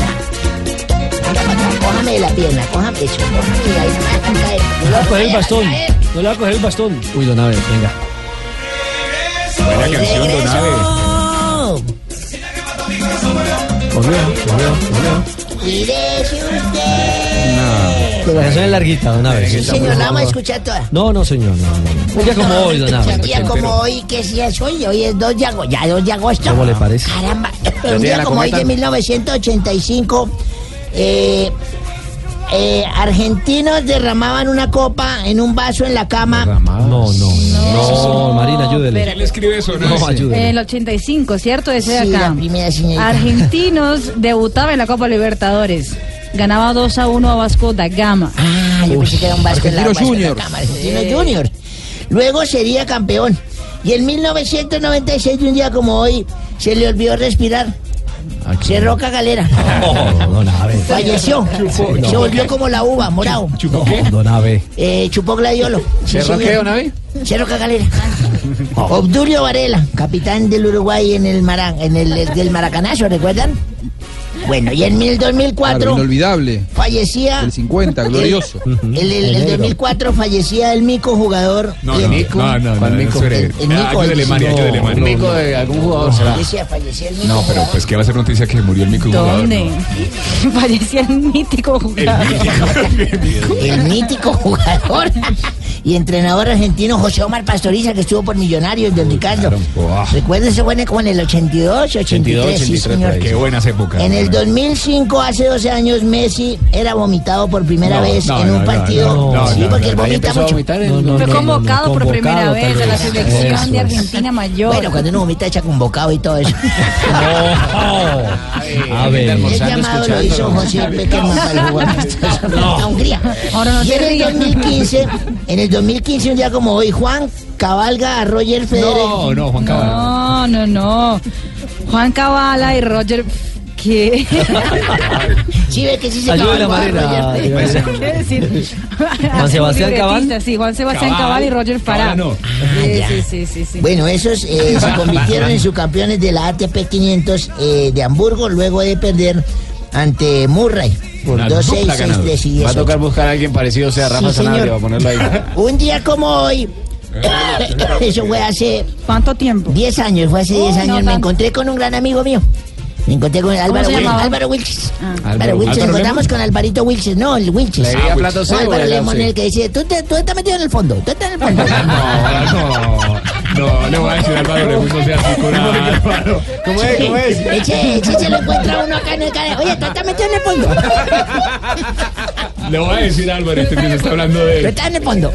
Venga para acá, cójame de la pierna, cójame eso, cójame de ahí, no me va a caer.
No le va a coger el bastón. No le va a coger el bastón.
Uy, don Abe, venga.
Voy de regreso.
Volvió, volvió, volvió.
Mire, si usted.
No. Pero la canción es larguita, don Abe.
Sí, señor, la vamos a escuchar toda.
No, no, señor, no, no, no. Un día como hoy, don Abe.
Un día como hoy, ¿qué día es hoy? Hoy es 2 de agosto. Ya 2 de agosto.
¿Cómo le parece?
Caramba.
Ya
Un
tiene
día
la
como hoy de
cometa.
1985, eh, eh, argentinos derramaban una copa en un vaso en la cama.
No, no, no, Marina, ayúdele.
¿Quién
le escribe eso? No, ayúdele.
El 85, ¿cierto? Ese de
Sí,
acá.
la primera señorita.
Argentinos debutaba en la Copa Libertadores. Ganaba 2 a 1 a Vasco da Gama.
Ah, yo pensé que era un vasco en la,
Argentino
vasco en la
Junior.
cama, Argentino
Sí.
Junior. Luego sería campeón. Y en 1996, un día como hoy, se le olvidó respirar.
Ah,
Cerró Galera.
No, Oh, don Abe.
Falleció. Se volvió como la uva, morado.
No, don Abe.
Eh, chupó gladiolo. Sí,
¿Cerró
señor.
qué, don Abe?
Cerró Cagalera. Obdulio Varela, capitán del Uruguay en el Marán, en el, el del Maracanazo, ¿recuerdan? Bueno, y en mil- 2004
Claro, inolvidable.
fallecía
El 50, glorioso.
el, el- el 2004 fallecía el mico jugador.
No, no,
Mico.
no, no, no, no,
Ah,
Mico?
espere.
El, el Mico.
Ayúdele,
el-
María,
no,
ayúdele, María.
no,
Mico
no.
Eh,
de algún jugador será.
Ah.
Fallecía, fallecía el mico.
No, pero pues que va a ser noticia que murió el microjugador.
¿Dónde? Parecía el mítico jugador.
El mítico jugador y entrenador argentino José Omar Pastoriza, que estuvo por Millonarios, don Ricardo.
ah.
Recuerden, se fue como en el 82, 83,
82,
sí,
83,
señor.
por ahí. Qué buenas épocas.
En el 2005, hace 12 años, Messi era vomitado por primera
No,
vez
no,
en
no,
un
no,
partido.
no, no,
sí,
no,
porque
no,
él
no, ahí
vomita
empezó a
mucho.
vomitar en- No, no,
Fue convocado por primera vez a la selección de Argentina Mayor.
Bueno, cuando uno vomita echa con bocado y todo eso.
Oh, A ver.
El llamado lo hizo José Peckerman para el jugador amistoso frente a Hungría.
no
y en
te
el
rías.
2015, en el 2015, un día como hoy, Juan cabalga a Roger Federer.
No, no, Juan Cabal.
No, no, no. Juan Cabala y Roger. ¿Qué?
Sí, ve que sí se
Ayúdele a
cabalgó a
Marina.
Roger Federer.
¿Qué decir?
Juan Sebastián Cabal.
Sí, Juan Sebastián
Cabal.
Cabal y Roger Farah. Ah,
Cabal no.
Sí,
Ah, ya.
sí, sí, sí, sí.
Bueno, esos eh, se convirtieron en subcampeones de la ATP 500 eh, de Hamburgo luego de perder ante Murray por
Una
2 6
dupla
6
ganadora.
3 y
Va a
18.
tocar buscar a alguien parecido, o sea, Rafa
Sí,
Sanabria,
señor.
va a ponerlo ahí.
Un día como hoy, eso fue hace...
¿Cuánto tiempo?
10 años, fue hace 10
Uy, no
años, me
tanto.
encontré con un gran amigo mío. Me encontré con
¿Cómo
Álvaro,
se
Wil-
llamaba? Ah.
Álvaro Wilches.
Álvaro
Álvaro Wilches. Nos
Lemon.
encontramos con Alvarito Wilches. No, el Wilches.
¿Le debía
Ah,
plato
Wilches.
cero
Álvaro
o el
Lemon,
once?
el que dice, tú, te, tú estás metido en el fondo. Tú estás en el fondo.
No, le voy a decir a Álvaro Lemus, no sea así con Álvaro.
¿Cómo es? ¿Cómo es? Eche, eche, se lo encuentra uno acá en el cara. Oye, tú estás metido en el fondo.
Le voy a decir a Álvaro, este que se está hablando de
Tú
él.
estás en el fondo.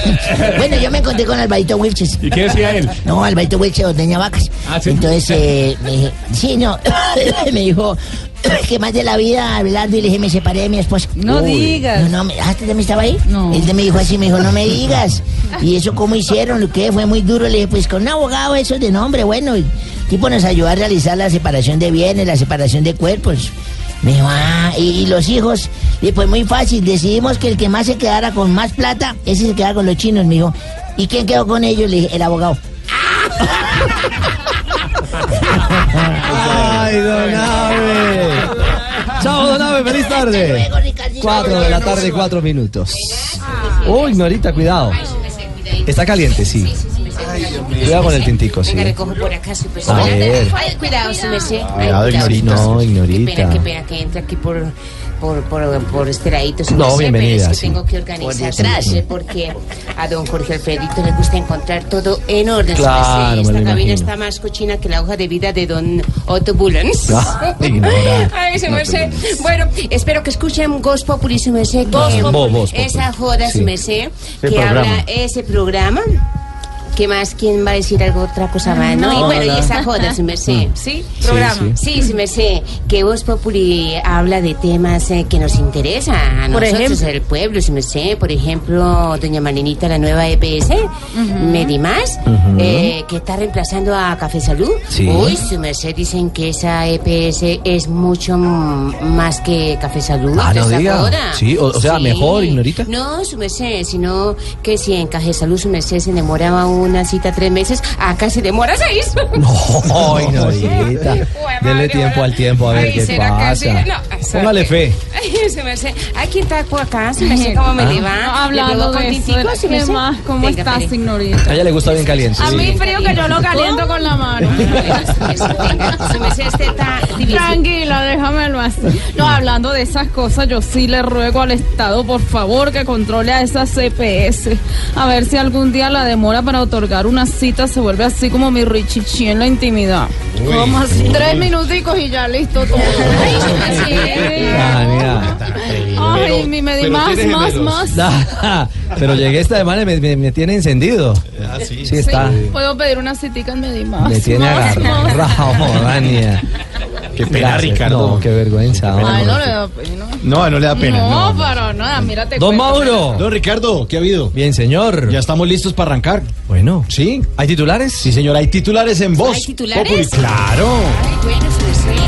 bueno, yo me encontré con Alvarito Wilches.
¿Y qué decía él?
No, Alvarito Wilches tenía vacas. Entonces, eh, me dije, sí, no. me dijo, que más de la vida hablando y le dije, me separé de mi esposa.
No digas.
No, no, me- ah, ¿este también estaba ahí? No. Él me dijo así, me dijo, no me digas. ¿Y eso cómo hicieron? ¿Lo que fue muy duro? Le dije, pues con un abogado, eso de nombre, bueno. El tipo nos ayudó a realizar la separación de bienes, la separación de cuerpos. Me dijo, ah, y, y los hijos. Y pues muy fácil, decidimos que el que más se quedara con más plata, ese se quedaba con los chinos, me dijo. ¿Y quién quedó con ellos? Le dije, el abogado.
¡Ay, don Abe! ¡Chao, don Abe! ¡Feliz tarde! Cuatro de la tarde, cuatro minutos. Uy, Norita, cuidado. Está caliente, sí. Cuidado con el tintico, sí.
Venga, recojo por acá, su merced.
A ver.
Ay, Cuidado, su merced. Ay,
Cuidado,
cuidado, su
ignorita.
merced.
No, ignorita.
Qué pena, qué pena que entre aquí por, por, por, por este ladito, su
No,
merced,
bienvenida,
Pero es
sí.
que tengo que
Por
organizar
eso.
atrás, eh, porque a don Jorge Alfredito le gusta encontrar todo en orden, su
Claro,
merced. Y
me
Esta
lo
cabina
imagino.
está más cochina que la hoja de vida de don Otto Bullens.
Ah, ignorada.
Ay, su
No te
merced. Bueno, espero que escuchen Ghost Populi, su merced. Ghost
Vos,
Populi.
Voz Populi.
Esa joda,
Sí.
su merced,
Ese
que
programa.
habla ese programa. ¿Qué más? ¿Quién va a decir algo otra cosa más? No, No, y bueno, hola. y esa joda, su merced, Mm. ¿sí? Sí, Programa. sí. Sí, su merced, que Voz Populi habla de temas eh, que nos interesan a Por nosotros, ejemplo. el pueblo, su merced. Por ejemplo, doña Marinita, la nueva E EPS, Medimás, Ujú. eh, que está reemplazando a Café Salud. Sí. Uy, su merced, dicen que esa EPS es mucho mm, más que Café Salud.
Ah, no
esa
diga.
joda.
Sí, o- o sea, mejor, ignorita.
No, su merced, sino que si en Caja de Salud su merced se demoraba una cita tres meses, acá se demora seis.
¡Ay, Norita! Dele tiempo al tiempo, a ver
Ay,
qué
¿será que así?
pasa.
No, o sea,
Póngale
que-
fe.
Ay, su merced, ay, ¿quién está por acá? Su merced, ¿cómo me
Ah.
le va?
Hablando
¿Le pegó
de
con
eso,
tintico, su
¿qué
merced?
más? ¿Cómo
Venga,
estás,
Felipe.
A ella le gusta bien caliente.
A
sí.
mí frío que yo lo caliento con la mano.
Su merced, este está difícil.
Tranquilo, déjamelo así. No, hablando de esas cosas, yo sí le ruego al Estado, por favor, que controle a esa CPS. A ver si algún día la demora para otorgar una cita se vuelve así como mi Richichi en la intimidad.
Uy. ¿Cómo así?
Tres minuticos y ya listo todo. Ay, mi me di
Pero
más,
tiene
más,
gemelos.
más.
Da, pero llegué esta semana y me, me- me tiene encendido. Ah, sí.
Sí,
está.
Puedo pedir una citica en Medimás.
Me tiene agarrado, Dania. Qué
pena, Ricardo.
No, qué vergüenza.
Ay, no
hombre.
le da pena.
No, no le da
No, pues, para nada, mírate.
Don Mauro. Don Ricardo, ¿qué ha habido? Bien, señor. Ya estamos listos para arrancar. Bueno. ¿Sí? ¿Hay titulares? Sí, señor, hay titulares en
voz. ¿Hay titulares? Populi.
Claro.
Ay, bueno, su merced.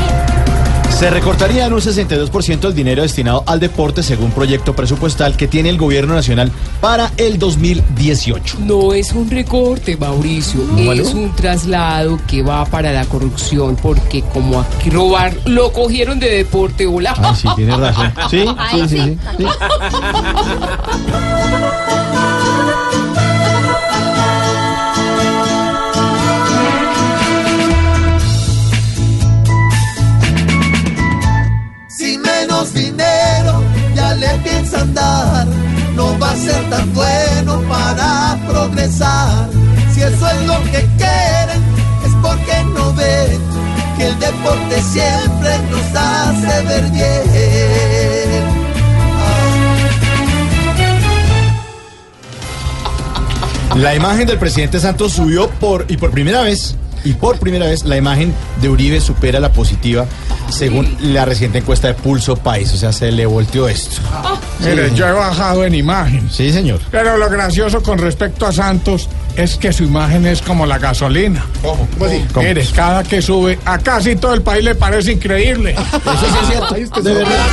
Se recortaría en un 62% el dinero destinado al deporte según proyecto presupuestal que tiene el gobierno nacional para el 2018.
No es un recorte, Mauricio,
Bueno.
es un traslado que va para la corrupción, porque como aquí robar lo cogieron de deporte, hola.
Ay, Ah, sí, tiene razón. Sí,
Ay,
sí, sí, sí. sí.
Sin menos dinero ya le piensan dar, no va a ser tan bueno para progresar. Si eso es lo que quieren, es porque no ven que el deporte siempre nos hace ver bien.
La imagen del presidente Santos subió por y por primera vez y por primera vez la imagen de Uribe supera la positiva según la reciente encuesta de Pulso País, o sea, se le volteó esto.
Mire, yo he bajado en Ah, imagen.
Sí, señor.
Pero lo gracioso con respecto a Santos es que su imagen es como la gasolina. ¿Cómo?
¿Cómo?
Mire, cada que sube, a casi todo el país le parece increíble. Eso sí es cierto.
este
De verdad.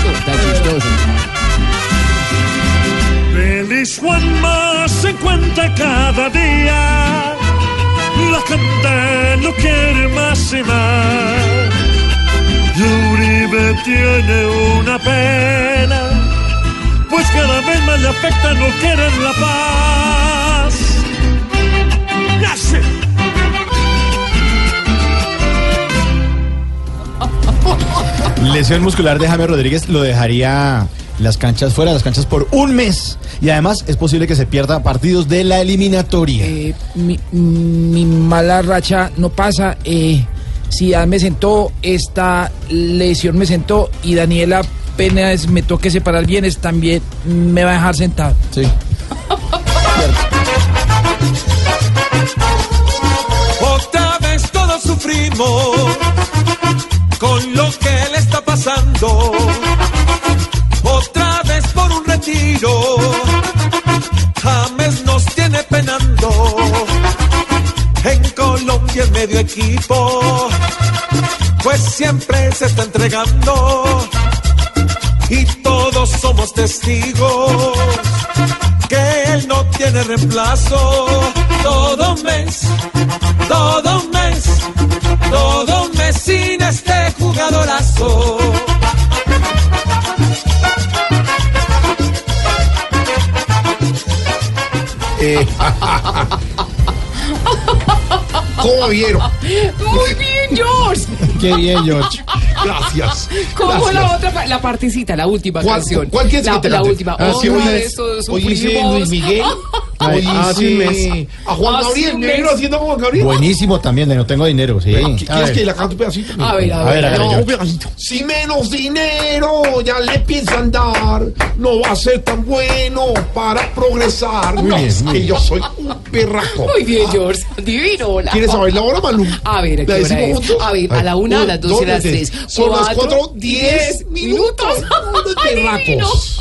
Feliz Juanma se encuentra cada día. La gente no quiere más y más. Y Uribe tiene una pena. Pues cada vez más le afecta, no quieren la paz. Ya sé.
tensión muscular de James Rodríguez lo dejaría las canchas fuera, de las canchas por un mes. Y además es posible que se pierda partidos de la eliminatoria.
Eh,
mi, mi mala racha no pasa. Eh, Zidane me sentó, esta lesión me sentó y Daniela Penas me toque separar bienes, también me va a dejar sentado.
Sí.
Otra vez todos sufrimos con lo que le está pasando. Otra vez por un retiro, James nos tiene penando. En Colombia el medio equipo, pues siempre se está entregando. Y todos somos testigos que él no tiene reemplazo. Todo un mes, todo un mes, todo un mes sin este jugadorazo.
Eh, ¿Cómo vieron?
Muy bien, George.
Qué bien, George.
Gracias.
¿Cómo
Gracias.
la otra? pa- La partecita, la última
¿Cuál-
canción.
cuál quieres
la,
que te
La
cante?
última.
Ah, sí,
Otra
hoy
vez
es-
todos
hoy hice
sufrimos.
Luis Miguel.
Hoy
ah,
Hace un
hice
mes. A Juan
Hace
Gabriel,
un
negro
mes.
haciendo a Juan Gabriel.
Buenísimo también, de No Tengo Dinero, sí.
Pero, ¿qu-
A
¿Quieres
ver.
que la cante un pedacito?
A ver, a A ver, ver, a ver,
No,
yo.
un pedacito. Si menos dinero ya le piensan dar, no va a ser tan bueno para progresar.
Muy
No,
bien,
es
muy
que
bien.
yo soy un perraco.
Muy bien, George. Divino. La
Ah. ¿Quieres saber la hora, Malú?
A ver, ¿a
¿La
qué hora
decimos
es?
juntos?
A ver, a la una, a las dos y a las tres.
Son las cuatro,
diez
diez minutos. Unos perracos.